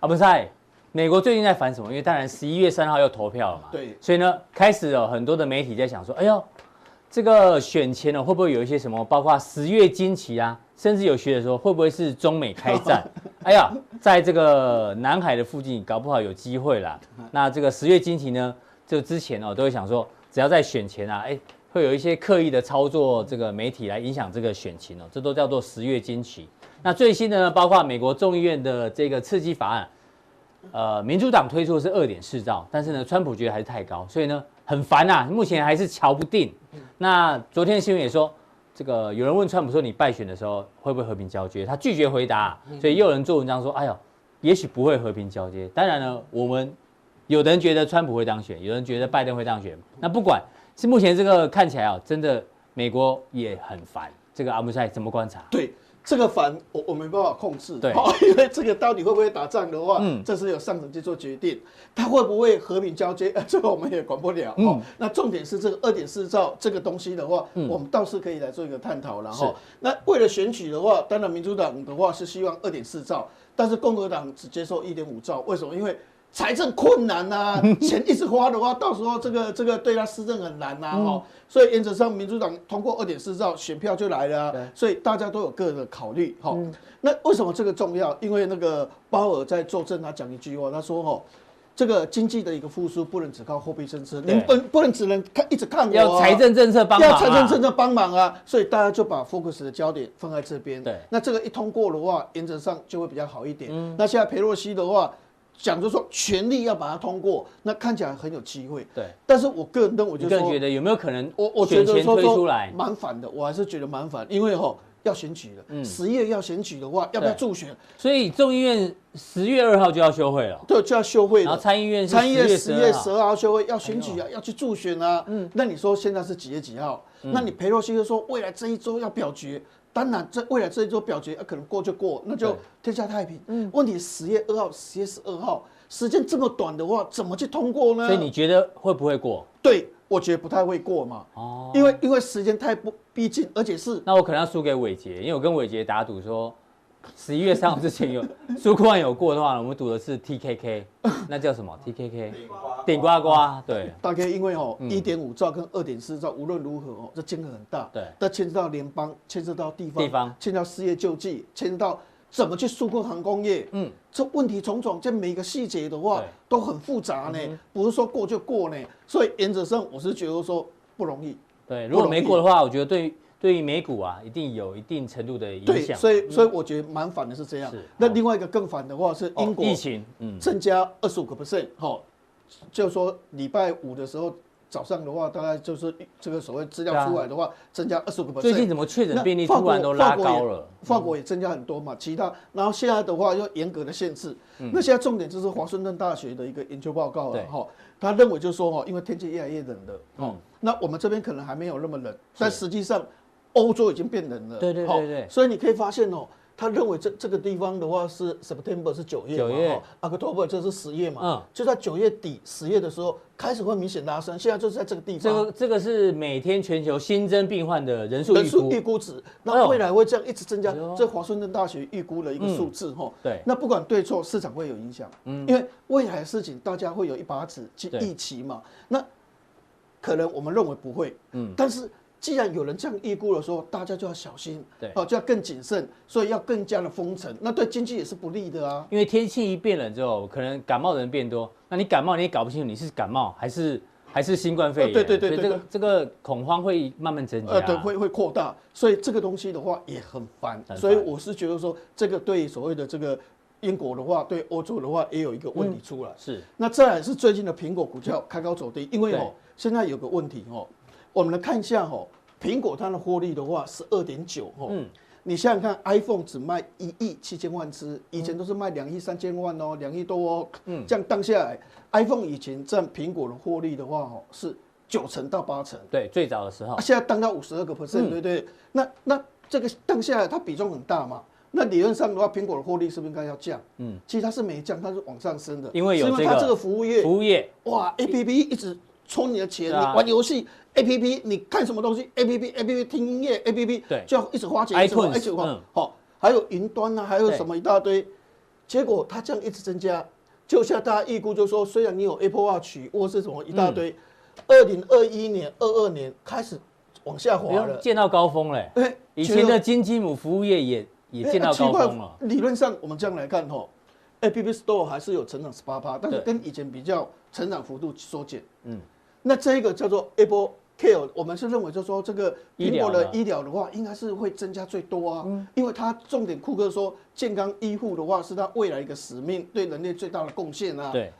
Speaker 2: 阿文塞。美国最近在烦什么？因为当然十一月三号要投票了嘛，
Speaker 3: 对
Speaker 2: 所以呢，开始有很多的媒体在想说，哎呦，这个选前呢，会不会有一些什么，包括十月惊奇啊，甚至有学者说，会不会是中美开战？哎呀，在这个南海的附近，搞不好有机会啦。那这个十月惊奇呢，就之前哦，都会想说，只要在选前啊，哎，会有一些刻意的操作，这个媒体来影响这个选情哦，这都叫做十月惊奇。那最新的呢，包括美国众议院的这个刺激法案，呃，民主党推出的是二点四兆，但是呢，川普觉得还是太高，所以呢，很烦呐、目前还是瞧不定。那昨天新闻也说，这个有人问川普说，你败选的时候会不会和平交接？他拒绝回答，啊所以又有人做文章说，哎呦，也许不会和平交接。当然呢，我们有的人觉得川普会当选，有人觉得拜登会当选。那不管是目前这个看起来啊，真的美国也很烦。这个阿姆塞怎么观察？
Speaker 3: 对，这个反我我没办法控制，
Speaker 2: 对
Speaker 3: 哦，因为这个到底会不会打仗的话，
Speaker 2: 嗯
Speaker 3: 这是由上层去做决定，它会不会和平交接，呃， 这个我们也管不了。哦
Speaker 2: 嗯，
Speaker 3: 那重点是这个二点四兆这个东西的话，我们倒是可以来做一个探讨了
Speaker 2: 是
Speaker 3: 哈。那为了选举的话，当然民主党的话是希望二点四兆，但是共和党只接受一点五兆，为什么？因为财政困难呐、 钱一直花的话，到时候这个这个对他施政很难呐、
Speaker 2: 嗯
Speaker 3: 哦，所以原则上民主党通过二点四兆选票就来了啊、所以大家都有各自的考虑哈、
Speaker 2: 嗯
Speaker 3: 那为什么这个重要？因为那个鲍尔在作证，他讲一句话，他说哦。这个经济的一个复苏不能只靠货币政策，
Speaker 2: 对
Speaker 3: 你不不能只能看一直看我、啊，
Speaker 2: 要财政政策帮忙、
Speaker 3: 要
Speaker 2: 啊，
Speaker 3: 财政政策帮忙啊，所以大家就把 focus 的焦点放在这边。
Speaker 2: 对嗯
Speaker 3: 那这个一通过的话，原则上就会比较好一点。那现在裴洛西的话，讲就说全力要把它通过，那看起来很有机会。
Speaker 2: 对，
Speaker 3: 但是我个人认为，我
Speaker 2: 你
Speaker 3: 就
Speaker 2: 个人
Speaker 3: 说
Speaker 2: 觉得有没有可能？
Speaker 3: 我我觉
Speaker 2: 选
Speaker 3: 得
Speaker 2: 前
Speaker 3: 说
Speaker 2: 推
Speaker 3: 说
Speaker 2: 出来，
Speaker 3: 蛮反的，我还是觉得蛮反，因为吼要选举
Speaker 2: 嗯
Speaker 3: 了，十、月要选举的话，要不要
Speaker 2: 对
Speaker 3: 助选？
Speaker 2: 所以众议院十月二号就要休会了，
Speaker 3: 对，就要休会
Speaker 2: 然后
Speaker 3: 了。
Speaker 2: 参议院是
Speaker 3: 参议院
Speaker 2: 十
Speaker 3: 十月
Speaker 2: 号哎
Speaker 3: 十二号休会要选举啊，要去助选啊。嗯，那你说现在是几月几号？
Speaker 2: 嗯
Speaker 3: 那你裴洛西就说未来这一周要表决，当然这未来这一周表决、啊、可能过就过，那就
Speaker 2: 对
Speaker 3: 天下太平。嗯，问题十月二号、十月十二号时间这么短的话，怎么去通过呢？
Speaker 2: 所以你觉得会不会过？
Speaker 3: 对我觉得不太会过嘛，
Speaker 2: 哦，
Speaker 3: 因为因为时间太不逼近，而且是
Speaker 2: 那我可能要输给伟杰，因为我跟伟杰打赌说，十一月三号之前 有苏库万有过的话，我们赌的是 TKK，那叫什么 TKK？顶呱呱，对，
Speaker 3: 大概因为哦，
Speaker 2: 嗯
Speaker 3: 一点五兆跟二点四兆，无论如何哦，这金额很大。
Speaker 2: 对
Speaker 3: 但牵涉到联邦，牵涉到地方，
Speaker 2: 地方
Speaker 3: 牵涉到失业救济，牵涉到怎么去纾困航空业，
Speaker 2: 嗯
Speaker 3: 嗯，这问题重重，这每个细节的话
Speaker 2: 对嗯
Speaker 3: 都很复杂呢，不是说过就过呢。所以原则上，我是觉得说不容易。
Speaker 2: 对。如果没过的话，我觉得对对于美股啊，一定有一定程度的影
Speaker 3: 对，
Speaker 2: 响。嗯
Speaker 3: 所以所以我觉得蛮反的是这样
Speaker 2: 是。
Speaker 3: 那
Speaker 2: 好
Speaker 3: 另外一个更反的话是
Speaker 2: 哦
Speaker 3: 英国
Speaker 2: 疫情，嗯，
Speaker 3: 增加二十五个 percent，好，就是说礼拜五的时候早上的话，大概就是这个所谓资料出来的话，增加二十五个 percent。
Speaker 2: 啊最近怎么确诊病例
Speaker 3: 那法
Speaker 2: 突
Speaker 3: 国
Speaker 2: 然都拉
Speaker 3: 法国也
Speaker 2: 高了？
Speaker 3: 法国也增加很多嘛，其他然后现在的话又严格的限制。那现在重点就是华盛顿大学的一个研究报告
Speaker 2: 嗯对
Speaker 3: 了哈，他认为就是说哈，因为天气越来越冷了，
Speaker 2: 嗯，
Speaker 3: 那我们这边可能还没有那么冷，但实际上欧洲已经变冷了。
Speaker 2: 对对对
Speaker 3: 齁
Speaker 2: 对
Speaker 3: 所以你可以发现哦，他认为这这个地方的话是 September 是九月嘛，
Speaker 2: 九月
Speaker 3: 哦，October 这是十月嘛，
Speaker 2: 嗯
Speaker 3: 就在九月底十月的时候开始会明显拉升，现在就是在这个地
Speaker 2: 这
Speaker 3: 方。
Speaker 2: 个这个是每天全球新增病患的人数
Speaker 3: 人
Speaker 2: 预
Speaker 3: 数
Speaker 2: 估
Speaker 3: 预，估值，
Speaker 2: 哎
Speaker 3: 那
Speaker 2: 呦
Speaker 3: 未来会这样一直增加
Speaker 2: 哎呦，嗯
Speaker 3: 这华盛顿大学预估了一个数字哈。吼
Speaker 2: 对嗯
Speaker 3: 那不管对错，市场会有影响，因为未来的事情大家会有一把尺去
Speaker 2: 对
Speaker 3: 预期嘛。那可能我们认为不会，嗯，但是既然有人这样预估的时候，大家就要小心，
Speaker 2: 对
Speaker 3: 哦，就要更谨慎，所以要更加的封城，那对经济也是不利的啊。
Speaker 2: 因为天气一变冷之后，可能感冒的人变多，那你感冒你也搞不清楚你是感冒还是还是新冠肺炎，
Speaker 3: 呃对对对
Speaker 2: 所以
Speaker 3: 对
Speaker 2: 这个
Speaker 3: 对
Speaker 2: 这个恐慌会慢慢增加，
Speaker 3: 呃，对，会会扩大，所以这个东西的话也很烦
Speaker 2: 很，
Speaker 3: 所以
Speaker 2: 烦
Speaker 3: 我是觉得说，这个对所谓的这个英国的话，对欧洲的话也有一个问题出来。
Speaker 2: 是
Speaker 3: 那再来是最近的苹果股价开高走低，因为
Speaker 2: 对
Speaker 3: 哦，现在有个问题哦，我们来看一下哦，苹果它的获利的话是二点九哦，
Speaker 2: 嗯
Speaker 3: 你想想看，iPhone 只卖一亿七千万只，以前都是卖两亿三千万哦，两亿多哦，
Speaker 2: 嗯
Speaker 3: 这样当下来，iPhone 以前占苹果的获利的话哦是九成到八成，
Speaker 2: 对，最早的时候
Speaker 3: 啊，现在tăng到五十二个 percent，对不
Speaker 2: 嗯
Speaker 3: 对？那那这个当下来它比重很大嘛。那理论上的话，苹果的获利是不是应该要降？
Speaker 2: 嗯
Speaker 3: 嗯，其实它是没降，它是往上升的，
Speaker 2: 因为有
Speaker 3: 是
Speaker 2: 这
Speaker 3: 它
Speaker 2: 个
Speaker 3: 这个服务业，
Speaker 2: 服务业
Speaker 3: 哇，APP 一直充你的钱，
Speaker 2: 对啊
Speaker 3: 你玩游戏 APP，你看什么东西 APP APP 听音乐 APP，
Speaker 2: 对
Speaker 3: 就要一直花钱，一直花
Speaker 2: iTunes，
Speaker 3: 一直花
Speaker 2: 嗯，
Speaker 3: 好，还有云端啊，还有
Speaker 2: 对
Speaker 3: 什么一大堆，结果它这样一直增加，就像大家预估就说，虽然你有 Apple Watch 或是什么一大
Speaker 2: 嗯
Speaker 3: 堆，二零二一年、二二年开始往下
Speaker 2: 哎
Speaker 3: 滑
Speaker 2: 呦
Speaker 3: 了，
Speaker 2: 见到高峰嘞，
Speaker 3: 哎
Speaker 2: 以
Speaker 3: 觉
Speaker 2: 前
Speaker 3: 得
Speaker 2: 的金鸡母服务业也也
Speaker 3: 哎
Speaker 2: 见到
Speaker 3: 奇
Speaker 2: 高
Speaker 3: 怪
Speaker 2: 峰了，
Speaker 3: 理论上我们这样来看吼，App Store 还是有成长十八趴，但是跟以前比较，成长幅度缩减。
Speaker 2: 嗯
Speaker 3: 嗯，那这一个叫做 Apple Care，我们是认为就说这个
Speaker 2: 医
Speaker 3: 苹
Speaker 2: 疗嗯
Speaker 3: 果
Speaker 2: 的
Speaker 3: 的医疗的话，应该是会增加最多啊，因为它重点库克说健康医护的话是它未来一个使命，对人类最大的贡献啊。
Speaker 2: 对，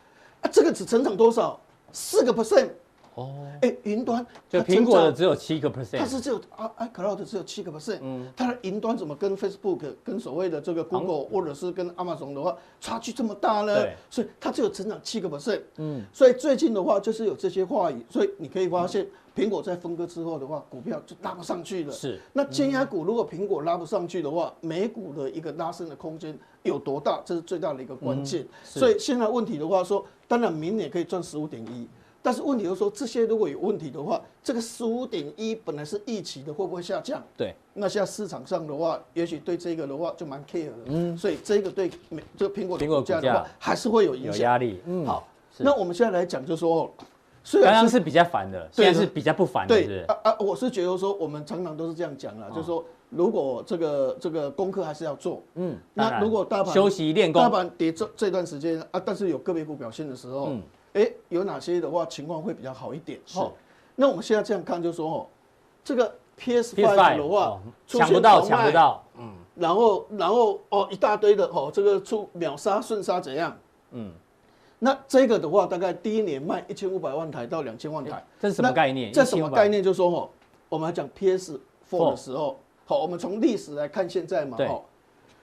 Speaker 3: 啊，这个只成长多少？四个 percent。
Speaker 2: 哦，
Speaker 3: 哎，云端
Speaker 2: 就
Speaker 3: 它
Speaker 2: 苹果
Speaker 3: 成
Speaker 2: 的
Speaker 3: 长
Speaker 2: 只有七个 percent，嗯
Speaker 3: 它是只有啊 iCloud 只有七个 percent，它的云端怎么跟 Facebook、跟所谓的这个 Google 或者是跟 Amazon 的话差距这么大呢
Speaker 2: 对？
Speaker 3: 所以它只有成长七个 percent，嗯，所以最近的话就是有这些话语，所以你可以发现苹果在分割之后的话，股票就拉不上去了。
Speaker 2: 是，
Speaker 3: 那尖压股如果苹果拉不上去的话，美股的一个拉升的空间有多大？这是最大的一个关
Speaker 2: 嗯
Speaker 3: 键。所以现在问题的话说，当然明年可以赚十五点一，但是问题就是说，这些如果有问题的话，这个十五点一本来是预期的，会不会下降？
Speaker 2: 对，
Speaker 3: 那现在市场上的话，也许对这个的话就蛮 care 的，嗯，所以这个对美这个苹果的
Speaker 2: 苹果
Speaker 3: 股
Speaker 2: 股
Speaker 3: 价的
Speaker 2: 价
Speaker 3: 话还是会有影
Speaker 2: 有
Speaker 3: 响。
Speaker 2: 压力，嗯，
Speaker 3: 好，那我们现在来讲，就说哦，虽
Speaker 2: 刚
Speaker 3: 然
Speaker 2: 刚
Speaker 3: 是
Speaker 2: 是比较烦的，
Speaker 3: 对
Speaker 2: 现在是比较不烦的，是不
Speaker 3: 对
Speaker 2: 是？
Speaker 3: 啊啊，我是觉得说，我们常常都是这样讲啦，就是说，如果这个这个功课还是要做，
Speaker 2: 嗯，当
Speaker 3: 那
Speaker 2: 然
Speaker 3: 如果大盘
Speaker 2: 休息练
Speaker 3: 大
Speaker 2: 功，
Speaker 3: 盘跌这这段时间啊，但是有个别股表现的时候，哎，有哪些的话情况会比较好一点？
Speaker 2: 嗯是
Speaker 3: 齁那我们现在这样看，就说哦，这个 PS
Speaker 2: PS5
Speaker 3: Five 的话
Speaker 2: 哦，
Speaker 3: 出
Speaker 2: 抢不
Speaker 3: 现
Speaker 2: 到，
Speaker 3: 狂
Speaker 2: 抢不
Speaker 3: 卖
Speaker 2: 到，
Speaker 3: 然后然后哦一大堆的哦，这个出秒杀瞬杀怎样？嗯，那这个的话，大概第一年卖一千五百万台到两千万台，
Speaker 2: 这是什么
Speaker 3: 那
Speaker 2: 概念
Speaker 3: 这什么
Speaker 2: 1500
Speaker 3: 概念？就说哦，我们来讲 PS
Speaker 2: Four
Speaker 3: 4的时候，好，我们从历史来看现在嘛，
Speaker 2: 对
Speaker 3: 哦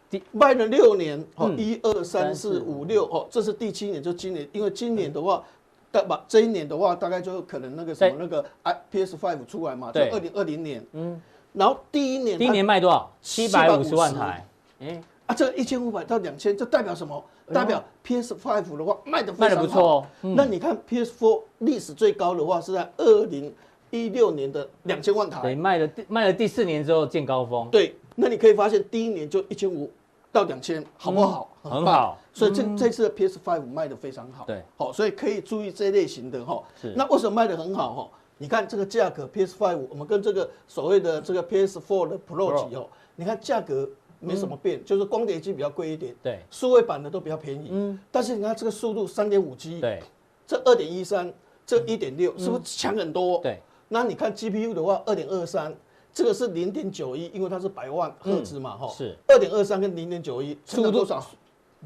Speaker 2: 第。
Speaker 3: 卖了六年，哦，
Speaker 2: 嗯
Speaker 3: 一二三四五六，哦，这是第七年，就今年，因为今年的话，大把这一年的话，大概就可能那个什么
Speaker 2: 对
Speaker 3: 那个 i PS Five 出来嘛，就
Speaker 2: 对
Speaker 3: 二零二零年，嗯，然后第一年，
Speaker 2: 第一年卖多少？七百五十
Speaker 3: 750
Speaker 2: 万台，哎，
Speaker 3: 啊，这一千五百到两千，这代表什么？代表 PS Five 的话卖的
Speaker 2: 卖得不错哦
Speaker 3: 那你看 PS Four 历史最高的话是在二零一六年的两千万
Speaker 2: 等于
Speaker 3: 台，
Speaker 2: 卖了第卖了第四年之后见高峰，
Speaker 3: 对，那你可以发现第一年就一千五到两千，好不好？
Speaker 2: 嗯
Speaker 3: 棒
Speaker 2: 很好，嗯
Speaker 3: 所以这这次的 PS Five 卖的非常好，
Speaker 2: 对，
Speaker 3: 好，所以可以注意这类型的哈
Speaker 2: 是。
Speaker 3: 那为什么卖的很好哈？你看这个价格 PS Five，我们跟这个所谓的这个 PS Four 的 Pro 级哦，你看价格没什么变，就是光碟机比较贵一点，
Speaker 2: 嗯对
Speaker 3: 数位版的都比较便宜，嗯，但是你看这个速度三点五 G，，
Speaker 2: 对
Speaker 3: 这二点一三，这一点六，是不是强很多？
Speaker 2: 嗯对，
Speaker 3: 那你看 GPU 的话，二点二三，这个是零点九一，因为它是百万赫兹嘛，哈、
Speaker 2: 嗯是
Speaker 3: 二点二三跟零点九一，
Speaker 2: 速度
Speaker 3: 速度多少？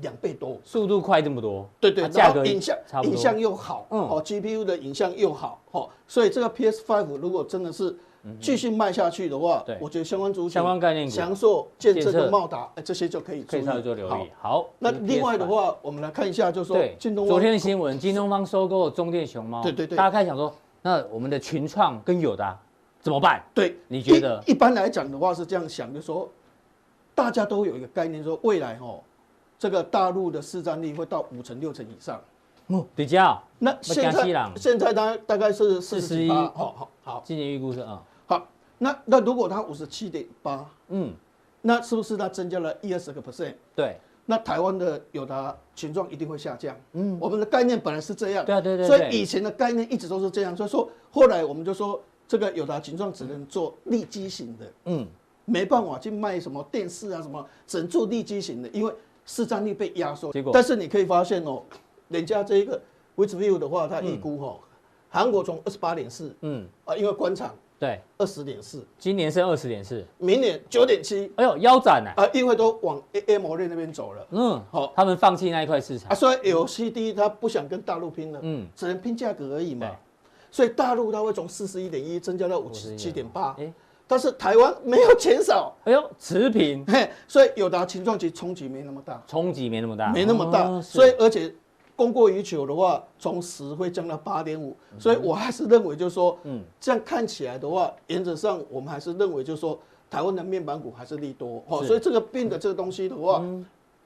Speaker 3: 两倍多。
Speaker 2: 速度快这么多，
Speaker 3: 对对，
Speaker 2: 啊
Speaker 3: 然
Speaker 2: 价
Speaker 3: 后
Speaker 2: 格
Speaker 3: 影像
Speaker 2: 差不
Speaker 3: 影
Speaker 2: 多，
Speaker 3: 像又好，
Speaker 2: 嗯
Speaker 3: 哦，GPU 的影像又好，哦，所以这个 PS Five 如果真的是继续卖下去的话
Speaker 2: 嗯对，
Speaker 3: 我觉得相关族群、
Speaker 2: 相关概念股
Speaker 3: 翔硕、建
Speaker 2: 建
Speaker 3: 设
Speaker 2: 设
Speaker 3: 跟茂达，哎，这些就可以
Speaker 2: 可以稍微做留
Speaker 3: 好
Speaker 2: 意。好，
Speaker 3: 那
Speaker 2: 这是
Speaker 3: 另外的
Speaker 2: PS5
Speaker 3: 话，我们来看一下，就是说
Speaker 2: 对，
Speaker 3: 京东
Speaker 2: 昨天的新闻，京东方收购中电熊猫，
Speaker 3: 对对对
Speaker 2: 大家开始想说，那我们的群创跟友达怎么办？
Speaker 3: 对，
Speaker 2: 你觉得
Speaker 3: 一一般来讲的话是这样想，就说大家都有一个概念，说未来哦，这个大陆的市占率会到五成六成以上。
Speaker 2: 哦，迪迦，
Speaker 3: 那现
Speaker 2: 要惊死人
Speaker 3: 在现在大大概是四十
Speaker 2: 41
Speaker 3: 一，好好好
Speaker 2: 今年预估是啊，
Speaker 3: 好。那那如果它五十七点八，
Speaker 2: 嗯，
Speaker 3: 那是不是它增加了一二十个 percent？
Speaker 2: 对，
Speaker 3: 那台湾的友达群众一定会下降。嗯，我们的概念本来是这样。
Speaker 2: 对啊对对
Speaker 3: 所
Speaker 2: 对
Speaker 3: 以以前的概念一直都是这样，所以说后来我们就说，这个友达群众只能做利基型的，
Speaker 2: 嗯，
Speaker 3: 没办法去卖什么电视啊什么，只能做利基型的，因为市占率被压缩。
Speaker 2: 结果
Speaker 3: 但是你可以发现哦，人家这一个 w i t h v i e w 的话，它预估哦，韩国从二十八点四，
Speaker 2: 嗯
Speaker 3: 嗯，啊，因为官场
Speaker 2: 对，
Speaker 3: 二十点四，
Speaker 2: 今年是二十点四，
Speaker 3: 明年九点七，
Speaker 2: 哎呦，腰斩呢、
Speaker 3: 啊，因为都往 A A 模类那边走了。
Speaker 2: 嗯，
Speaker 3: 好
Speaker 2: 他们放弃那一块市场
Speaker 3: 啊，，所以 LCD 它不想跟大陆拼了，
Speaker 2: 嗯
Speaker 3: 嗯，只能拼价格而已
Speaker 2: 对
Speaker 3: 嘛。所以大陆它会从四十一点一增加到五十七点八
Speaker 2: 哎，
Speaker 3: 但是台湾没有减少，
Speaker 2: 哎呦，持平，
Speaker 3: 嘿，所以友达群众其实冲击没那么大，
Speaker 2: 冲击没那么大，
Speaker 3: 没那么大。
Speaker 2: 哦
Speaker 3: 所以
Speaker 2: 是
Speaker 3: 而且供过于求的话，从十会降到八点五，
Speaker 2: 嗯
Speaker 3: 所以我还是认为就是说，嗯，这样看起来的话，原则上我们还是认为就是说，台湾的面板股还是利多哦。
Speaker 2: 是嗯
Speaker 3: 所以这个病的这个东西的话，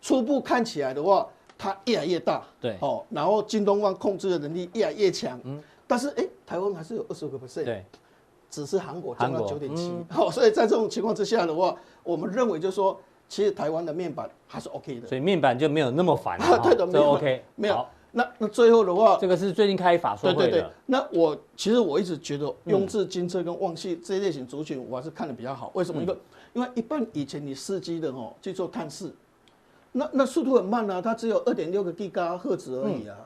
Speaker 3: 初步看起来的话，它越来越大，
Speaker 2: 对
Speaker 3: 哦，然后京东方控制的能力越来越强，嗯，但是哎、台湾还是有二十五个 percent，
Speaker 2: 对，
Speaker 3: 只是韩国降到
Speaker 2: 韩
Speaker 3: 九
Speaker 2: 国嗯
Speaker 3: 点七，好，所以在这种情况之下的话，我们认为就是说，其实台湾的面板还是 OK 的，
Speaker 2: 所以面板就没有那么烦了哈，
Speaker 3: 对的，没
Speaker 2: 这
Speaker 3: 有
Speaker 2: OK，
Speaker 3: 没有
Speaker 2: 好。
Speaker 3: 那那最后的话，
Speaker 2: 这个是最近开法说
Speaker 3: 对
Speaker 2: 会嗯
Speaker 3: 对对
Speaker 2: 的，，
Speaker 3: 那我其实我一直觉得雍智金车跟旺系这一类型族群，我还是看的比较好。为什
Speaker 2: 嗯
Speaker 3: 么？一个，因为一般以前你四 G 的哦去做探视，那那速度很慢啊，它只有二点六个 G 嘎赫兹而已啊。
Speaker 2: 嗯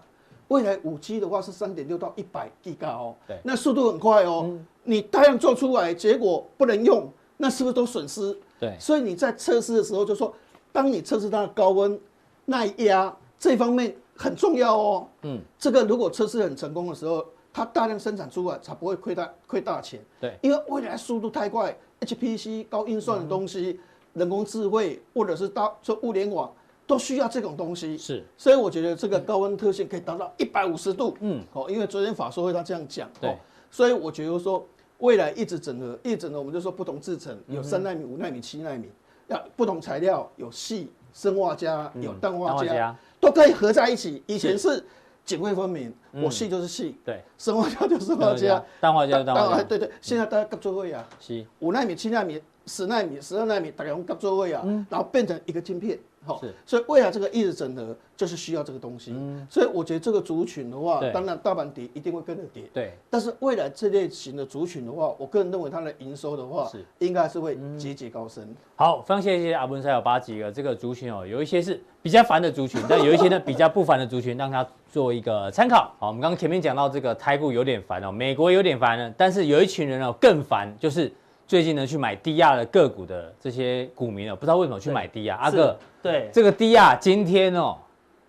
Speaker 3: 未来五 G 的话是三点六到一百 G 嘎哦
Speaker 2: 对，嗯
Speaker 3: 那速度很快哦。你大量做出来，结果不能用，那是不是都损失？
Speaker 2: 对
Speaker 3: 所以你在测试的时候就说，当你测试它的高温、耐压这方面很重要哦。嗯，这个如果测试很成功的时候，它大量生产出来才不会亏大亏大钱。
Speaker 2: 嗯对
Speaker 3: 因为未来速度太快，HPC 高运算的东
Speaker 2: 嗯
Speaker 3: 西、人工智慧或者是到这物联网都需要这种东西。
Speaker 2: 是，
Speaker 3: 所以我觉得这个高温特性可以达到一百五十度。嗯，哦，因为昨天法说会他这样讲，
Speaker 2: 对
Speaker 3: 哦，所以我觉得说未来一直整合，一整合我们就说不同制成
Speaker 2: 嗯
Speaker 3: 有三纳米、五纳米、七纳米，要不同材料有细生化加有氮
Speaker 2: 嗯氮
Speaker 3: 化
Speaker 2: 化
Speaker 3: 镓啊
Speaker 2: 镓，啊
Speaker 3: 都可以合在一起。以前是泾渭分明，我细就是细，
Speaker 2: 对，
Speaker 3: 生化镓就是生化镓，啊
Speaker 2: 氮嗯化镓就是氮化镓 啊
Speaker 3: 对对，现在大家合作会啊，
Speaker 2: 是，
Speaker 3: 五纳米、七纳米、十纳米、十二纳米，大概用各座位啊，然后变成一个晶片。好
Speaker 2: 嗯是，嗯
Speaker 3: 所以未来这个意识整合就是需要这个东西。所以我觉得这个族群的话
Speaker 2: 对，
Speaker 3: 当然大盘跌一定会跟着跌。
Speaker 2: 对，
Speaker 3: 但是未来这类型的族群的话，我个人认为它的营收的话
Speaker 2: 是，嗯
Speaker 3: 应该是会节节高升。
Speaker 2: 好，非常谢谢阿文赛有八几个这个族群哦，有一些是比较烦的族群，但有一些呢比较不烦的族群，让他做一个参考。好，我们刚刚前面讲到这个台股有点烦哦，美国有点烦呢，但是有一群人哦更烦，就是最近呢去买低压的个股的这些股民哦，不知道为什么去买低压。阿哥，
Speaker 4: 对，
Speaker 2: 这个低压今天哦，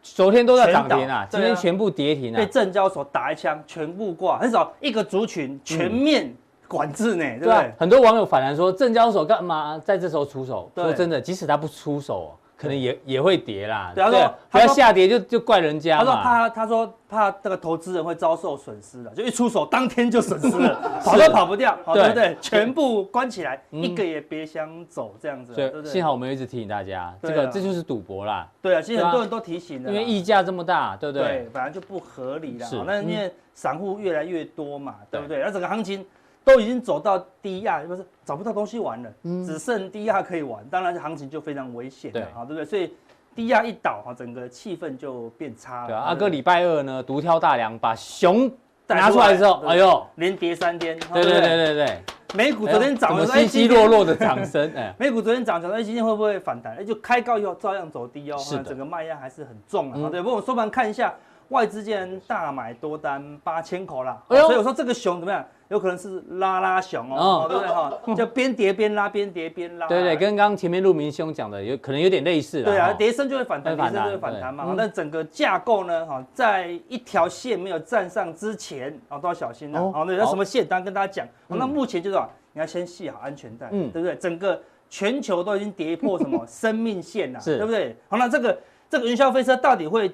Speaker 2: 昨天都在涨停
Speaker 4: 全
Speaker 2: 啊
Speaker 4: 倒，
Speaker 2: 今天
Speaker 4: 对啊
Speaker 2: 全部跌停
Speaker 4: 被
Speaker 2: 啊。
Speaker 4: 证交所打一枪，全部挂，很少一个族群全面管制呢，对不
Speaker 2: 对啊
Speaker 4: 对，？
Speaker 2: 很多网友反弹说，证交所干嘛在这时候出手？
Speaker 4: 对
Speaker 2: 说真的，即使他不出手哦，可能也也会跌啦。啊
Speaker 4: 对他说
Speaker 2: 不
Speaker 4: 他
Speaker 2: 要
Speaker 4: 说
Speaker 2: 下跌就就怪人家
Speaker 4: 他说
Speaker 2: 嘛。
Speaker 4: 怕，他说怕这个投资人会遭受损失了，就一出手当天就损失 了，跑都跑不掉，好
Speaker 2: 对嗯
Speaker 4: 对不对？全部关起来，一个也别想走这样子，
Speaker 2: 所
Speaker 4: 对不
Speaker 2: 以
Speaker 4: 对？
Speaker 2: 幸好我们一直提醒大家，这
Speaker 4: 对
Speaker 2: 个
Speaker 4: 啊
Speaker 2: 这就是赌博啦，
Speaker 4: 对啊，其实
Speaker 2: 对啊
Speaker 4: 很多人都提醒了
Speaker 2: 因
Speaker 4: 啦，
Speaker 2: 为溢价这么大，对不
Speaker 4: 对
Speaker 2: 对？，
Speaker 4: 本来就不合理啦
Speaker 2: 是。嗯
Speaker 4: 那因为散户越来越多嘛，
Speaker 2: 对
Speaker 4: 对不对？那整个行情都已经走到低压，不是找不到东西玩了，只剩低压可以玩，当然行情就非常危险
Speaker 2: 嗯对
Speaker 4: 了，好，对不对？所以低压一倒，哈，整个气氛就变差了。
Speaker 2: 对啊，
Speaker 4: 好
Speaker 2: 阿哥
Speaker 4: 对
Speaker 2: 礼拜二呢，独挑大梁，把熊
Speaker 4: 带
Speaker 2: 拿出来之后，
Speaker 4: 对
Speaker 2: 哎呦，
Speaker 4: 连跌三天，好
Speaker 2: 对
Speaker 4: 不
Speaker 2: 对对对对，
Speaker 4: 美股昨天涨
Speaker 2: 哎呦
Speaker 4: 了，
Speaker 2: 怎
Speaker 4: 哎
Speaker 2: 么稀稀落，落的掌声，哎
Speaker 4: 今天，美股昨天涨，想说哎今天会不会反弹？哎，就开高以后照样走低哦，
Speaker 2: 是的嗯
Speaker 4: 整个卖压还是很重啊，好对。不过我们收盘看一下，外资竟然大买多单八千口啦，哦
Speaker 2: 哎呦
Speaker 4: 所以我说这个熊怎么样？有可能是拉拉熊
Speaker 2: 哦
Speaker 4: 哦，好对不对哈？就边跌边拉，边跌边 拉。
Speaker 2: 对对，跟刚刚前面陆明兄讲的有可能有点类似啦
Speaker 4: 呃对啊，
Speaker 2: 哈
Speaker 4: 跌升就会反
Speaker 2: 会
Speaker 4: 弹，跌
Speaker 2: 反
Speaker 4: 升
Speaker 2: 弹
Speaker 4: 就会反弹嘛。
Speaker 2: 对
Speaker 4: 好
Speaker 2: 嗯
Speaker 4: 那整个架构呢，哈，在一条线没有站上之前，啊，都要小心
Speaker 2: 哦
Speaker 4: 了。好，那有
Speaker 2: 好
Speaker 4: 什么线？当然跟大家讲。好那目前就是啊，你要先系好安全带，
Speaker 2: 嗯
Speaker 4: 对不对？整个全 球都已经跌破什么生命线了，啊
Speaker 2: 是
Speaker 4: 哦对不对？好，那这个这个云霄飞车到底会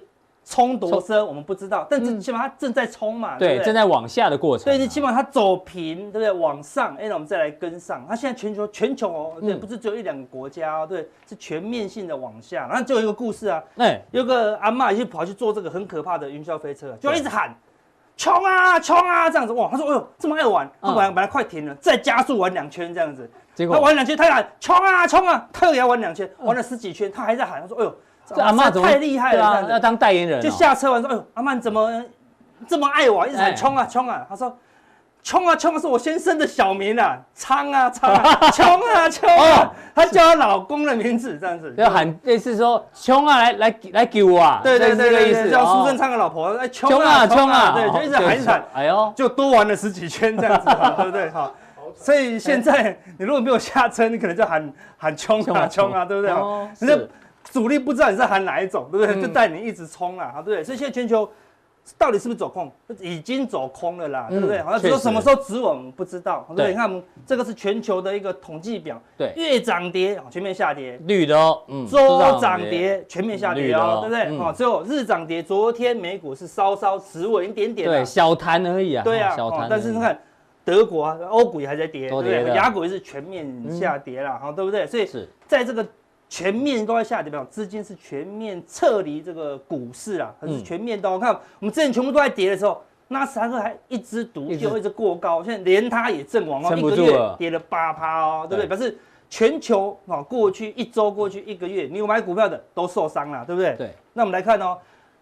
Speaker 4: 冲多深我们不知道，但是起码它正在冲嘛，
Speaker 2: 嗯
Speaker 4: 对
Speaker 2: 对，
Speaker 4: 不
Speaker 2: 正
Speaker 4: 对？
Speaker 2: 在往下的过程
Speaker 4: 所
Speaker 2: 啊，
Speaker 4: 以起码它走平，对不对？往上，哎，那我们再来跟上。它现在全球全球哦，对，
Speaker 3: 嗯
Speaker 4: 不是只有一两个国家哦，对，是全面性的往下。然后就有一个故事啊，
Speaker 2: 哎，
Speaker 4: 有个阿嬷就跑去坐这个很可怕的云霄飞车，就一直喊“冲啊冲啊”这样子。哇，他说：“哎呦，这么爱玩，
Speaker 2: 嗯
Speaker 4: 他本来本来快停了，再加速玩两圈这样子。
Speaker 2: 结
Speaker 4: 他
Speaker 2: 果
Speaker 4: 玩两圈，他喊“冲啊冲啊”，他又给他玩两圈，玩了十几圈，他还在喊，他说：“哎呦，
Speaker 2: 嗯这阿妈
Speaker 4: 嬷
Speaker 2: 怎么
Speaker 4: 太厉害
Speaker 2: 对啊
Speaker 4: 了这
Speaker 2: 要
Speaker 4: 样子。
Speaker 2: 当代言”人哦，
Speaker 4: 就下车玩说：“哎呦，阿嬷你怎么这么爱玩，一直
Speaker 2: 哎
Speaker 4: 喊冲啊冲啊？”他说。冲啊冲啊是我先生的小名啊，苍啊苍啊， 冲啊冲啊，他叫她老公的名字这样子，
Speaker 2: 哦要喊类似说冲啊，来来来给我啊，
Speaker 4: 对
Speaker 2: 类
Speaker 4: 对
Speaker 2: 似
Speaker 4: 对
Speaker 2: 这个
Speaker 4: 对
Speaker 2: 意思，
Speaker 4: 对，叫苏
Speaker 2: 哦
Speaker 4: 贞昌的老婆，哎，冲
Speaker 2: 冲
Speaker 4: 啊
Speaker 2: 啊
Speaker 4: 冲
Speaker 2: 冲
Speaker 4: 啊，
Speaker 2: 啊，
Speaker 4: 对，就一直喊一直喊
Speaker 2: 哦，哎呦，
Speaker 4: 就多玩了十几圈这样子， 对不对？哈，所以现在你如果没有下车，你可能就喊 喊冲
Speaker 2: 冲
Speaker 4: 啊
Speaker 2: 啊
Speaker 4: 冲啊，对不对？
Speaker 2: 哦
Speaker 4: 人家
Speaker 2: 是嗯
Speaker 4: 主力不知道你在喊哪一种，对不对？就带你一直冲啊，对不对？所以现在全球到底是不是走空，已经走空了啦，对不对？
Speaker 2: 嗯
Speaker 4: 好像只说
Speaker 2: 确实
Speaker 4: 什么时候止稳，我们不知道，对不对？
Speaker 2: 对
Speaker 4: 你看我们这个是全球的一个统计表，
Speaker 2: 对，
Speaker 4: 月涨跌，全面下跌，
Speaker 2: 绿的哦，嗯，
Speaker 4: 周涨，跌，全面下
Speaker 2: 绿
Speaker 4: 跌
Speaker 2: 的
Speaker 4: 哦
Speaker 2: 哦，
Speaker 4: 对不对？
Speaker 2: 嗯
Speaker 4: 哦，只有日涨跌，昨天美股是稍稍持稳一点点
Speaker 2: 对，
Speaker 4: 啦，
Speaker 2: 小谈而已啊，
Speaker 4: 对啊，
Speaker 2: 小
Speaker 4: 哦
Speaker 2: 谈，
Speaker 4: 但是你，看德国啊，欧股也还在跌，对
Speaker 2: 都
Speaker 4: 不
Speaker 2: 跌
Speaker 4: 对？
Speaker 2: 的
Speaker 4: 雅股也是全面下跌啦，好，对不对？所以
Speaker 2: 是
Speaker 4: 在这个全面都在下跌，表示资金是全面撤离这个股市啊，还是
Speaker 2: 嗯
Speaker 4: 全面的哦。我看我们之前全部都在跌的时候。纳斯达克还一枝独
Speaker 2: 一直
Speaker 4: 秀，一直过高，现在连它也阵亡哦，
Speaker 2: 撑
Speaker 4: 一
Speaker 2: 不
Speaker 4: 个
Speaker 2: 住
Speaker 4: 月
Speaker 2: 了
Speaker 4: 跌了八趴哦，对不
Speaker 2: 对
Speaker 4: 对？表示全球啊，过去一周、过去一个月，你有买股票的都受伤了，对不对？
Speaker 2: 对，
Speaker 4: 那我们来看哦，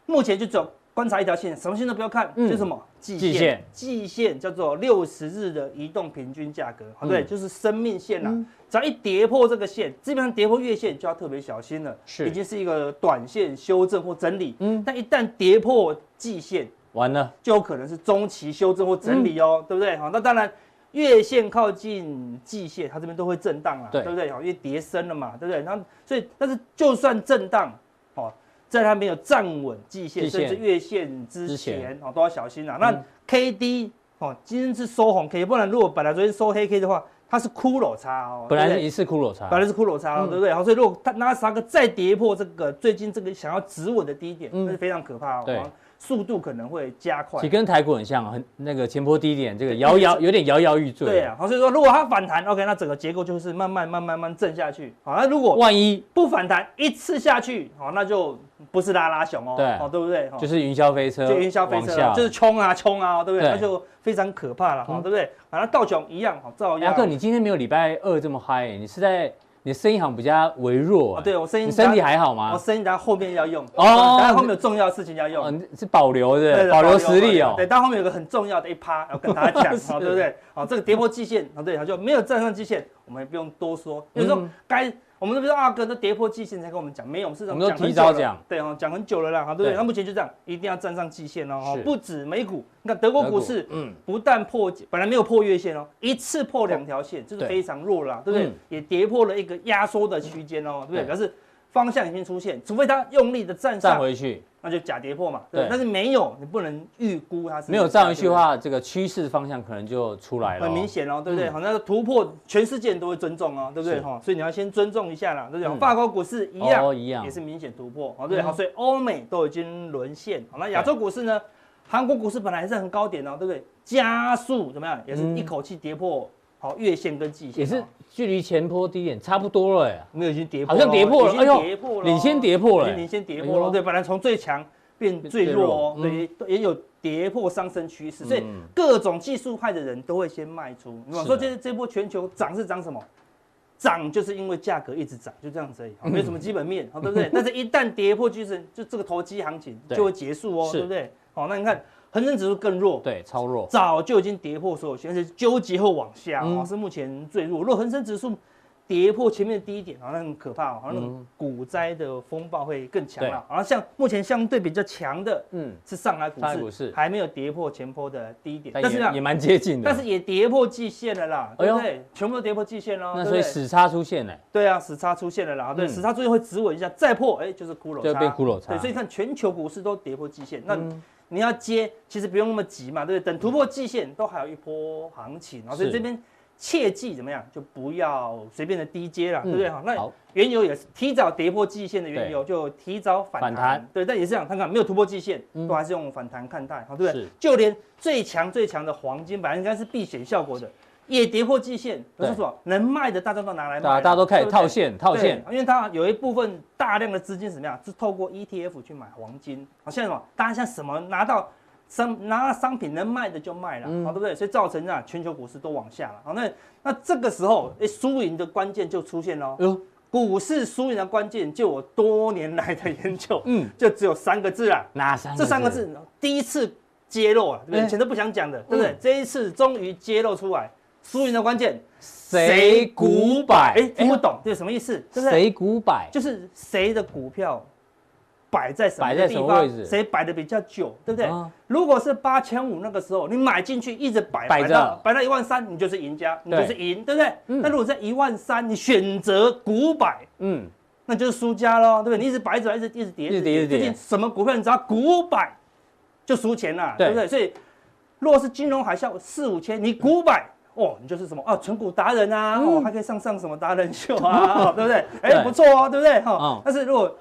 Speaker 4: 目前就只有观察一条线，什么线都不要看，
Speaker 2: 嗯
Speaker 4: 就是什么季
Speaker 2: 季线，
Speaker 4: 季线叫做六十日的移动平均价格，好对，
Speaker 2: 嗯
Speaker 4: 就是生命线啦。只要一跌破这个线，基本上跌破月线就要特别小心了，
Speaker 2: 是
Speaker 4: 已经是一个短线修正或整理。
Speaker 2: 嗯
Speaker 4: 但一旦跌破季线，
Speaker 2: 完了，
Speaker 4: 就有可能是中期修正或整理
Speaker 2: 嗯
Speaker 4: 哦，对不对？好，那当然。月线靠近季线，它这边都会震荡啦，
Speaker 2: 对
Speaker 4: 对不对？好，因为跌深了嘛，对不对？然后所以，但是就算震荡，哦，在它没有站稳季线，
Speaker 2: 季
Speaker 4: 甚
Speaker 2: 线
Speaker 4: 至月线之
Speaker 2: 之
Speaker 4: 前
Speaker 2: 前，嗯
Speaker 4: 哦，都要小心啦。那 K D 哦，今天是收红 K，不然如果本来昨天收黑 K 的话，它是骷髅叉哦，
Speaker 2: 本来
Speaker 4: 对不
Speaker 2: 是
Speaker 4: 对
Speaker 2: 一嗯次骷髅茶
Speaker 4: 本，来是骷髅叉哦，对不对？好，所以如果它纳斯达克再跌破这个最近这个想要止稳的低点，
Speaker 2: 嗯
Speaker 4: 那是非常可怕哦，
Speaker 2: 对
Speaker 4: 哦速度可能会加快
Speaker 2: 其实。跟台股很像，啊很那个前波低点，这个摇摇有点摇摇欲坠，
Speaker 4: 对啊，好，所以说如果它反弹，OK，那整个结构就是慢慢、慢慢、慢慢震下去。好，那如果
Speaker 2: 万一
Speaker 4: 不反弹，一次下去，好，那就不是拉拉熊哦，
Speaker 2: 对
Speaker 4: 哦，对不对？哦
Speaker 2: 就是云霄飞车，
Speaker 4: 就云霄飞
Speaker 2: 往
Speaker 4: 车
Speaker 2: 下
Speaker 4: 啊，就是冲啊冲啊，对不对？
Speaker 2: 对
Speaker 4: 那就非常可怕了，哈，对不对？好，那道琼一样，好，照
Speaker 2: 雅
Speaker 4: 样。
Speaker 2: 克，你今天没有礼拜二这么嗨，你是在你的声音好像比较微弱，
Speaker 4: 哦
Speaker 2: 哎
Speaker 4: 对我声音
Speaker 2: 你身体
Speaker 4: 大
Speaker 2: 还好
Speaker 4: 我
Speaker 2: 吗？
Speaker 4: 声音等下后面要用
Speaker 2: 哦
Speaker 4: 等下后面有重要的事情要
Speaker 2: 哦，
Speaker 4: 用。
Speaker 2: 你是保留
Speaker 4: 对
Speaker 2: 的，
Speaker 4: 对
Speaker 2: 保留实力哦
Speaker 4: 对，。但后面有个很重要的一 趴要跟大家讲，好，
Speaker 2: 是
Speaker 4: 对不对？好，这个跌破季线，好，对，它就没有站上季线，我们也不用多说。有时候
Speaker 2: 嗯
Speaker 4: 该我们都不知道啊，哥都跌破季线才跟我们讲，没有，我们是
Speaker 2: 我们都
Speaker 4: 讲很
Speaker 2: 提
Speaker 4: 久
Speaker 2: 早
Speaker 4: 了
Speaker 2: 讲，
Speaker 4: 对哦，讲很久了啦，好，对不对？
Speaker 2: 对
Speaker 4: 那目前就这样，一定要站上季线哦。哦
Speaker 2: 是
Speaker 4: 不止美股，你看德国
Speaker 2: 德
Speaker 4: 股
Speaker 2: 国
Speaker 4: 市，
Speaker 2: 嗯，
Speaker 4: 不但破本来没有破月线哦，一次破两条线，这是
Speaker 2: 对
Speaker 4: 非常弱了啊，对不对？
Speaker 2: 嗯
Speaker 4: 也跌破了一个压缩的区间哦，对不对？
Speaker 2: 对
Speaker 4: 表示方向已经出现，除非它用力的站
Speaker 2: 站
Speaker 4: 上，
Speaker 2: 回去，
Speaker 4: 那就假跌破嘛，对不对
Speaker 2: 对
Speaker 4: 但是没有，你不能预估它是
Speaker 2: 没有站回去
Speaker 4: 对
Speaker 2: 的
Speaker 4: 不对
Speaker 2: 话，这个趋势方向可能就出来了哦。
Speaker 4: 很明显哦，对不对？
Speaker 2: 嗯
Speaker 4: 好，那个突破全世界人都会尊重哦，对不对？
Speaker 2: 是
Speaker 4: 哈，所以你要先尊重一下啦，对不对？
Speaker 2: 嗯
Speaker 4: 法国股市一样，
Speaker 2: 哦一样
Speaker 4: 也是明显突破，哦好，对不
Speaker 2: 嗯
Speaker 4: 对？好，所以欧美都已经沦陷，好，那亚洲股市呢？韩国股市本来还是很高点哦，对不对？加速怎么样？也是
Speaker 2: 嗯
Speaker 4: 一口气跌破好月线跟季线
Speaker 2: 也
Speaker 4: 哦，
Speaker 2: 是距离前波低点差不多了哎，
Speaker 4: 没有已经跌破
Speaker 2: 好
Speaker 4: 咯，
Speaker 2: 像跌破了
Speaker 4: 已经
Speaker 2: 哎呦
Speaker 4: 跌破了，
Speaker 2: 领先跌破
Speaker 4: 已
Speaker 2: 了
Speaker 4: 经领
Speaker 2: 哎，
Speaker 4: 先跌
Speaker 2: 哎
Speaker 4: 破了，
Speaker 2: 呦
Speaker 4: 对，本来从最强变最弱哦，
Speaker 2: 最弱嗯
Speaker 4: 对，也有跌破上升趋势，所以各种技术派的人都会先卖出。你
Speaker 2: 是
Speaker 4: 说
Speaker 2: 的
Speaker 4: 这这波全球涨是涨什么？涨就是因为价格一直涨，就这样子而已，
Speaker 2: 嗯
Speaker 4: 好没有什么基本面，好哦对不对？但是一旦跌破趋势，就这个投机行情
Speaker 2: 对
Speaker 4: 就会结束哦，
Speaker 2: 是
Speaker 4: 对不对？好，那你看恒生指数更弱，
Speaker 2: 对，超弱，
Speaker 4: 早就已经跌破所有线，而且纠结后往下、哦，
Speaker 2: 嗯
Speaker 4: 是目前最弱。如果恒生指数跌破前面的低点，好像很可怕、哦，好
Speaker 2: 嗯
Speaker 4: 像那种股灾的风暴会更强了。好像像目前相对比较强的
Speaker 2: 嗯，
Speaker 4: 是上海股
Speaker 2: 上海
Speaker 4: 市，
Speaker 2: 股市
Speaker 4: 还没有跌破前坡的低点，
Speaker 2: 但
Speaker 4: 但是
Speaker 2: 也也
Speaker 4: 呢，
Speaker 2: 蛮接近的。
Speaker 4: 但是也跌破季线了啦，
Speaker 2: 哎
Speaker 4: 对
Speaker 2: 呦
Speaker 4: 不对？全部都跌破季线喽，
Speaker 2: 那
Speaker 4: 对不
Speaker 2: 所以
Speaker 4: 对
Speaker 2: 死叉出现了，
Speaker 4: 对啊，死叉出现了啦，对，
Speaker 2: 嗯
Speaker 4: 死叉出现会止稳一下，再破，哎，就是骷髅
Speaker 2: 就
Speaker 4: 叉，
Speaker 2: 变骷髅嗯叉
Speaker 4: 对，所以看全球股市都跌破季线，那你要接，其实不用那么急嘛，对不对？等突破季线都还有一波行情，然后所以
Speaker 2: 嗯是
Speaker 4: 这边切记怎么样，就不要随便的低接了，
Speaker 2: 嗯
Speaker 4: 对不对？哈，那
Speaker 2: 好
Speaker 4: 原油也是提早跌破季线的原油就提早反弹，
Speaker 2: 反弹
Speaker 4: 对，但也是这样，看看没有突破季线，
Speaker 2: 嗯
Speaker 4: 都还是用反弹看待，好，对不对
Speaker 2: 是？
Speaker 4: 就连最强最强的黄金，本来应该是避险效果的，也跌破季线，可是
Speaker 2: 对
Speaker 4: 说能卖的大家都拿来卖
Speaker 2: 大
Speaker 4: 了，
Speaker 2: 啊家大家都开
Speaker 4: 对
Speaker 2: 始
Speaker 4: 不对
Speaker 2: 套现套
Speaker 4: 对，
Speaker 2: 现，
Speaker 4: 因为它有一部分大量的资金是怎么样，是透过 ETF 去买黄金。好，现在什么，大家像什么拿到商拿到商品能卖的就卖了，
Speaker 2: 嗯
Speaker 4: 好，对不对？所以造成啊全球股市都往下了。好，那那这个时候，哎，输赢的关键就出现喽。
Speaker 2: 哟，
Speaker 4: 股市输赢的关键，就我多年来的研究，
Speaker 2: 嗯，
Speaker 4: 就只有三个字啊啦，
Speaker 2: 哪三
Speaker 4: 这三个字哦第一次揭露啊，对不对？
Speaker 2: 哎嗯
Speaker 4: 以前都不想讲的，对不对？这一次终于揭露出来，输赢的关键，
Speaker 2: 谁股百？
Speaker 4: 哎，听不懂，这是什么意思？对不对？
Speaker 2: 谁股百？
Speaker 4: 就是谁的股票摆在什么
Speaker 2: 摆在
Speaker 4: 地
Speaker 2: 什么
Speaker 4: 方
Speaker 2: 位置
Speaker 4: 谁摆的比较久，对不对？
Speaker 2: 啊
Speaker 4: 如果是八千五那个时候，你买进去一直摆
Speaker 2: 摆着
Speaker 4: 到摆到一万三，你就是赢家，你
Speaker 2: 对
Speaker 4: 就是赢，对不对？
Speaker 2: 嗯
Speaker 4: 那如果在一万三，你选择股摆。
Speaker 2: 嗯，
Speaker 4: 那就是输家喽，对不对？你一直摆着，一直一直跌，
Speaker 2: 一直跌一直跌
Speaker 4: 最近什么股票你只要股百就输钱了，
Speaker 2: 对
Speaker 4: 对不对？所以，若是金融海啸四五千，你股百哦，你就是什么哦，存股达人啊，哦，还可以上上什么达人秀啊，哦对不对？
Speaker 2: 嗯对
Speaker 4: 哎，不错哦，对不对？哈
Speaker 2: 嗯，
Speaker 4: 但是如果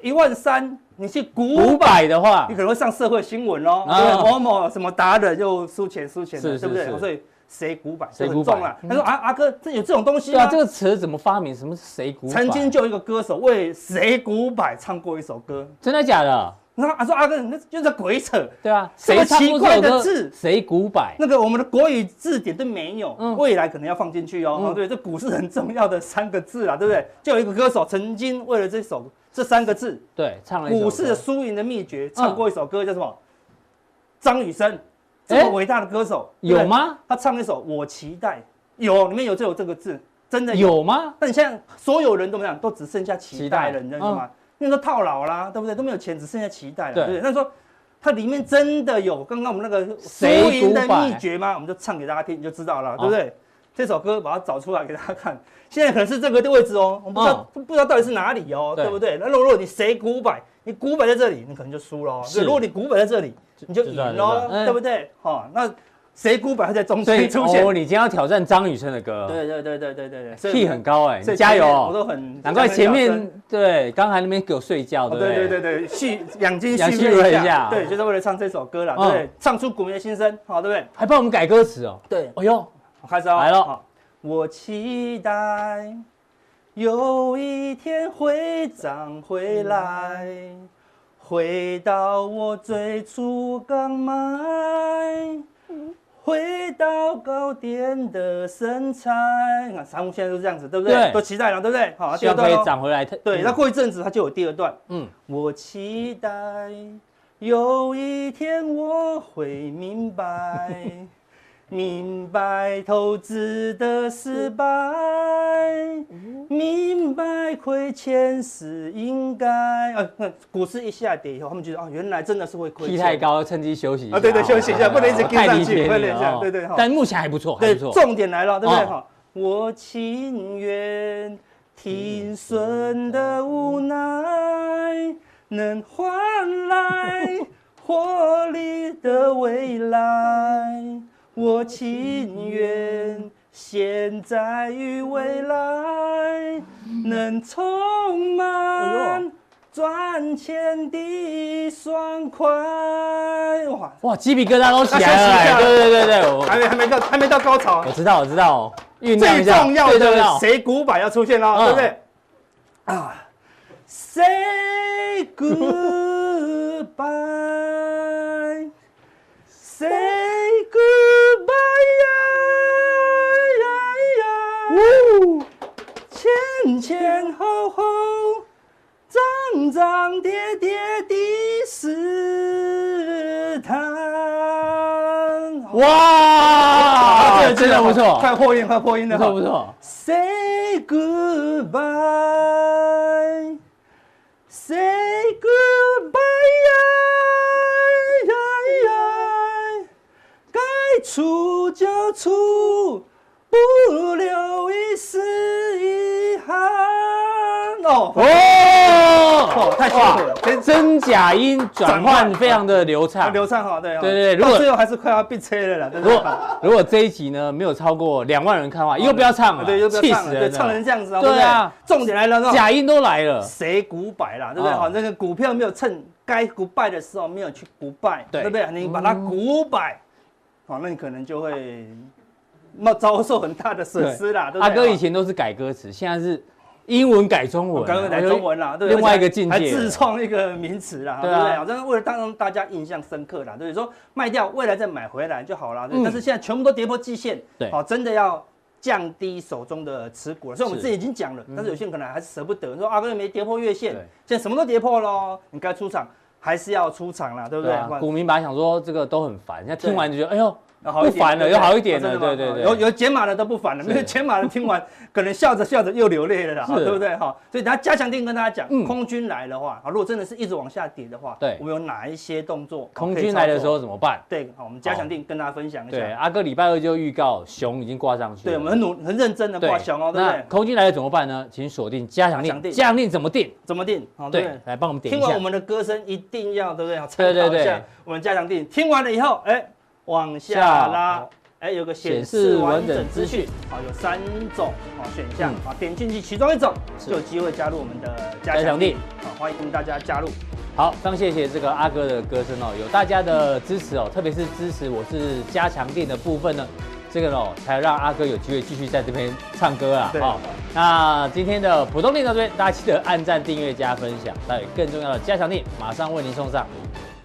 Speaker 4: 一万三，你去股
Speaker 2: 股
Speaker 4: 百。
Speaker 2: 百的话
Speaker 4: 你，可能会上社会新闻哦，
Speaker 2: 啊
Speaker 4: 对不对某某什么达人又输钱输钱
Speaker 2: 是
Speaker 4: 的，对不对哦
Speaker 2: 是是？
Speaker 4: 所以谁股百
Speaker 2: 谁
Speaker 4: 谁
Speaker 2: 股
Speaker 4: 很
Speaker 2: 百嗯
Speaker 4: 重了。他说啊，阿哥，这有这种东西
Speaker 2: 对啊，
Speaker 4: 吗？
Speaker 2: 这个词怎么发明？什么是谁股百？
Speaker 4: 曾经就有一个歌手为谁古柏唱过一首歌，
Speaker 2: 真的假的？
Speaker 4: 然后他说阿哥，你那就是在鬼扯。
Speaker 2: 对啊，
Speaker 4: 这么
Speaker 2: 谁唱过
Speaker 4: 奇怪
Speaker 2: 这首
Speaker 4: 的
Speaker 2: 歌
Speaker 4: 字
Speaker 2: 谁股百？
Speaker 4: 那个我们的国语字典都没有，
Speaker 2: 嗯
Speaker 4: 未来可能要放进去哦。
Speaker 2: 嗯
Speaker 4: 哦对，这股市很重要的三个字啊，对不对？就有一个歌手曾经为了这首这三个字
Speaker 2: 对，唱了一首
Speaker 4: 股市
Speaker 2: 歌
Speaker 4: 的输赢的秘
Speaker 2: 嗯
Speaker 4: 诀，唱过一首歌叫什么？张雨生，这
Speaker 2: 哎
Speaker 4: 么伟大的歌手
Speaker 2: 有？
Speaker 4: 对不对
Speaker 2: 吗
Speaker 4: 他唱了一首《我期待》，有里面有就有这个字，真的
Speaker 2: 有 吗？
Speaker 4: 但你现在所有人都怎么样，都只剩下期待
Speaker 2: 期待
Speaker 4: 了，
Speaker 2: 嗯
Speaker 4: 你知道吗？因为都套牢啦，对不对？都没有钱，只剩下期待了，
Speaker 2: 对
Speaker 4: 对不对？那说它里面真的有刚刚我们那个输
Speaker 2: 谁啊
Speaker 4: 赢的
Speaker 2: 古板
Speaker 4: 秘诀吗？我们就唱给大家听，你就知道了，对不对？这首歌把它找出来给大家看，现在可能是这个位置哦，我们不知道、不知道到底是哪里哦，
Speaker 2: 嗯对
Speaker 4: 对不对？那如果你谁古摆，你古摆在这里，你可能就输了。哦
Speaker 2: 是
Speaker 4: 对如果你古摆在这里，你就
Speaker 2: 知
Speaker 4: 赢
Speaker 2: 道
Speaker 4: 喽
Speaker 2: 知道嗯，
Speaker 4: 对不对？好、那谁古摆会在中
Speaker 2: 所以
Speaker 4: 间出现？
Speaker 2: 哦，你今天要挑战张雨生的歌，
Speaker 4: 对对对对对对对，所以
Speaker 2: 屁很高哎，
Speaker 4: 所
Speaker 2: 你
Speaker 4: 以
Speaker 2: 加油哦！
Speaker 4: 我都很
Speaker 2: 难怪前
Speaker 4: 讲很小声
Speaker 2: 面对刚才那边给我睡觉，
Speaker 4: 哦
Speaker 2: 对不
Speaker 4: 对对
Speaker 2: 对？
Speaker 4: 对对，蓄养精
Speaker 2: 养
Speaker 4: 蓄
Speaker 2: 精锐
Speaker 4: 锐
Speaker 2: 一下
Speaker 4: 对，就是为了唱这首歌了，
Speaker 2: 嗯
Speaker 4: 对不对？唱出股民的心声，好，对
Speaker 2: 还帮我们改歌词哦。
Speaker 4: 不对？对，
Speaker 2: 哎呦，
Speaker 4: 我开始哦
Speaker 2: 来咯
Speaker 4: 好我期待有一天会长回来，回到我最初刚买。回到高点的身材，你看三五现在都这样子，对不对？
Speaker 2: 对
Speaker 4: 都期待了，对不啊对？好，
Speaker 2: 希
Speaker 4: 第二
Speaker 2: 望
Speaker 4: 段
Speaker 2: 可以
Speaker 4: 咯
Speaker 2: 涨回来。
Speaker 4: 对，
Speaker 2: 嗯
Speaker 4: 那过一阵子它就有第二段。
Speaker 2: 嗯，
Speaker 4: 我期待有一天我会明 白，明白投资的失败，
Speaker 2: 哦
Speaker 4: 明白亏钱是应该。呃，那股市一下跌以后，他们觉得哦，原来真的是会亏
Speaker 2: 屁
Speaker 4: 钱。
Speaker 2: 太。高，趁机休息一下
Speaker 4: 啊对对休息一下
Speaker 2: 啊
Speaker 4: 不能一直跟
Speaker 2: 太
Speaker 4: 上
Speaker 2: 理
Speaker 4: 去
Speaker 2: 解
Speaker 4: 不能
Speaker 2: 你了
Speaker 4: 这样
Speaker 2: 哦
Speaker 4: 对对好
Speaker 2: 但目前还不错，还
Speaker 4: 对，
Speaker 2: 不错。
Speaker 4: 重点来了，对不对？
Speaker 2: 哦
Speaker 4: 哈、我情愿停损的无奈，能换来获利的未来。我情愿现在与未来，能充
Speaker 2: 哎
Speaker 4: 满赚钱的爽快。哇，
Speaker 2: 哇，鸡皮疙瘩都起
Speaker 4: 那休息一
Speaker 2: 来了
Speaker 4: 下
Speaker 2: 哎。对对对对，我
Speaker 4: 还没还没到还没到高潮啊
Speaker 2: 我知道我知道，酝酿
Speaker 4: 最
Speaker 2: 一下。
Speaker 4: 重要
Speaker 2: 最重
Speaker 4: 的
Speaker 2: 要
Speaker 4: 谁古板要出现
Speaker 2: 嗯
Speaker 4: 了，对不对？啊，谁古板，谁古板呀呀呀！前前后后，涨涨跌跌的试探。
Speaker 2: 哇，这个啊真的不
Speaker 4: 快
Speaker 2: 错，
Speaker 4: 破音，快破音
Speaker 2: 不
Speaker 4: 的，
Speaker 2: 错不。错。
Speaker 4: Say goodbye, say goodbye，呀呀呀该出就出，不留一丝遗憾。哦，
Speaker 2: 哦，
Speaker 4: 苦了，太辛苦了。
Speaker 2: 真真假音转换非常的流畅。
Speaker 4: 流畅哈，对哦
Speaker 2: 啊对对对如
Speaker 4: 到
Speaker 2: 果
Speaker 4: 最后还是快要被催了啦，但是
Speaker 2: 如果如果这一集呢没有超过两万人看的话，又不要唱了，
Speaker 4: 哦对，又不要
Speaker 2: 气
Speaker 4: 唱
Speaker 2: 死
Speaker 4: 了，对，
Speaker 2: 人
Speaker 4: 唱成
Speaker 2: 了。
Speaker 4: 这样子啊，
Speaker 2: 对啊
Speaker 4: 不重点来了，
Speaker 2: 假音都来了，
Speaker 4: 谁股摆啦，对不对？
Speaker 2: 哦
Speaker 4: 好，那个股票没有趁该股拜的时候没有去股拜，
Speaker 2: 对
Speaker 4: 不对？你把它股摆，好，那你可能就会那遭受很大的损失啦，对不对？
Speaker 2: 阿哥
Speaker 4: 哦
Speaker 2: 以前都是改歌词，现在是英文改中文啊，
Speaker 4: 刚刚来哦中文啦，对不对，
Speaker 2: 另外一个境
Speaker 4: 还
Speaker 2: 界
Speaker 4: 自创一个名词啦，
Speaker 2: 对
Speaker 4: 对
Speaker 2: 啊
Speaker 4: 不对？好像为了当让大家印象深刻啦，对，说卖掉未来再买回来就好啦。对
Speaker 2: 嗯
Speaker 4: 但是现在全部都跌破季线，
Speaker 2: 对
Speaker 4: 好，真的要。降低手中的持股了，所以我们
Speaker 2: 是嗯
Speaker 4: 自己已经讲了，但是有些人可能还是舍不得，说阿哥没跌破月线
Speaker 2: 对，
Speaker 4: 现在什么都跌破喽，你该出场还是要出场啦，对不
Speaker 2: 对
Speaker 4: 对？
Speaker 2: 啊
Speaker 4: 不然
Speaker 2: 股民本来想说这个都很烦，现在听
Speaker 4: 对
Speaker 2: 完就觉得哎呦
Speaker 4: 啊好一
Speaker 2: 不
Speaker 4: 点
Speaker 2: 烦了，
Speaker 4: 对
Speaker 2: 又
Speaker 4: 不对
Speaker 2: 好一点
Speaker 4: 啊
Speaker 2: 了，
Speaker 4: 真的吗
Speaker 2: 对对对，
Speaker 4: 有有解码的都不烦了，
Speaker 2: 是
Speaker 4: 没有解码的听完 可能笑着笑着又流泪了啦，
Speaker 2: 是
Speaker 4: 对不对哈？所以等下加强定跟大家讲
Speaker 2: 嗯，
Speaker 4: 空军来的话，啊，如果真的是一直往下跌的话，
Speaker 2: 对
Speaker 4: 我们有哪一些动作？
Speaker 2: 空
Speaker 4: 可以
Speaker 2: 军
Speaker 4: 操
Speaker 2: 来的
Speaker 4: 作
Speaker 2: 时候，怎么办？
Speaker 4: 对，好，我们加强定跟大家分享一
Speaker 2: 对，啊
Speaker 4: 下。
Speaker 2: 阿哥礼拜二就预告熊已经挂上去了，
Speaker 4: 对，我们很努很认真的
Speaker 2: 对
Speaker 4: 挂熊哦，对不
Speaker 2: 那
Speaker 4: 对？
Speaker 2: 空军来了怎么办呢？请锁定加强
Speaker 4: 强
Speaker 2: 令，
Speaker 4: 定
Speaker 2: 加强令怎么定？
Speaker 4: 怎么定？好，对不
Speaker 2: 对
Speaker 4: 对，。
Speaker 2: 来帮我们点
Speaker 4: 听
Speaker 2: 一
Speaker 4: 完
Speaker 2: 下
Speaker 4: 我。们的歌声一定要对不对？好
Speaker 2: 对
Speaker 4: 参
Speaker 2: 对
Speaker 4: 考一
Speaker 2: 对
Speaker 4: 下我们加强定。听完了以后，哎，往
Speaker 2: 下
Speaker 4: 下拉，哎，有个显
Speaker 2: 显示
Speaker 4: 示
Speaker 2: 完
Speaker 4: 完
Speaker 2: 整
Speaker 4: 整
Speaker 2: 资
Speaker 4: 资
Speaker 2: 讯嗯
Speaker 4: 讯，好，有三种好选项，好，点进去其中一种
Speaker 2: 是
Speaker 4: 就有机会加入我们的
Speaker 2: 加
Speaker 4: 加
Speaker 2: 强
Speaker 4: 强
Speaker 2: 定
Speaker 4: 定，好，欢迎大家加入。
Speaker 2: 好，非常谢谢这个阿哥的歌声哦，有大家的支持哦，特别是支持我是加强店的部分呢，这个哦才让阿哥有机会继续在这边唱歌啊。
Speaker 4: 对
Speaker 2: 好，那今天的浦东店到这边，大家记得按赞、订阅、加分享，还有更重要的加强店，马上为您送上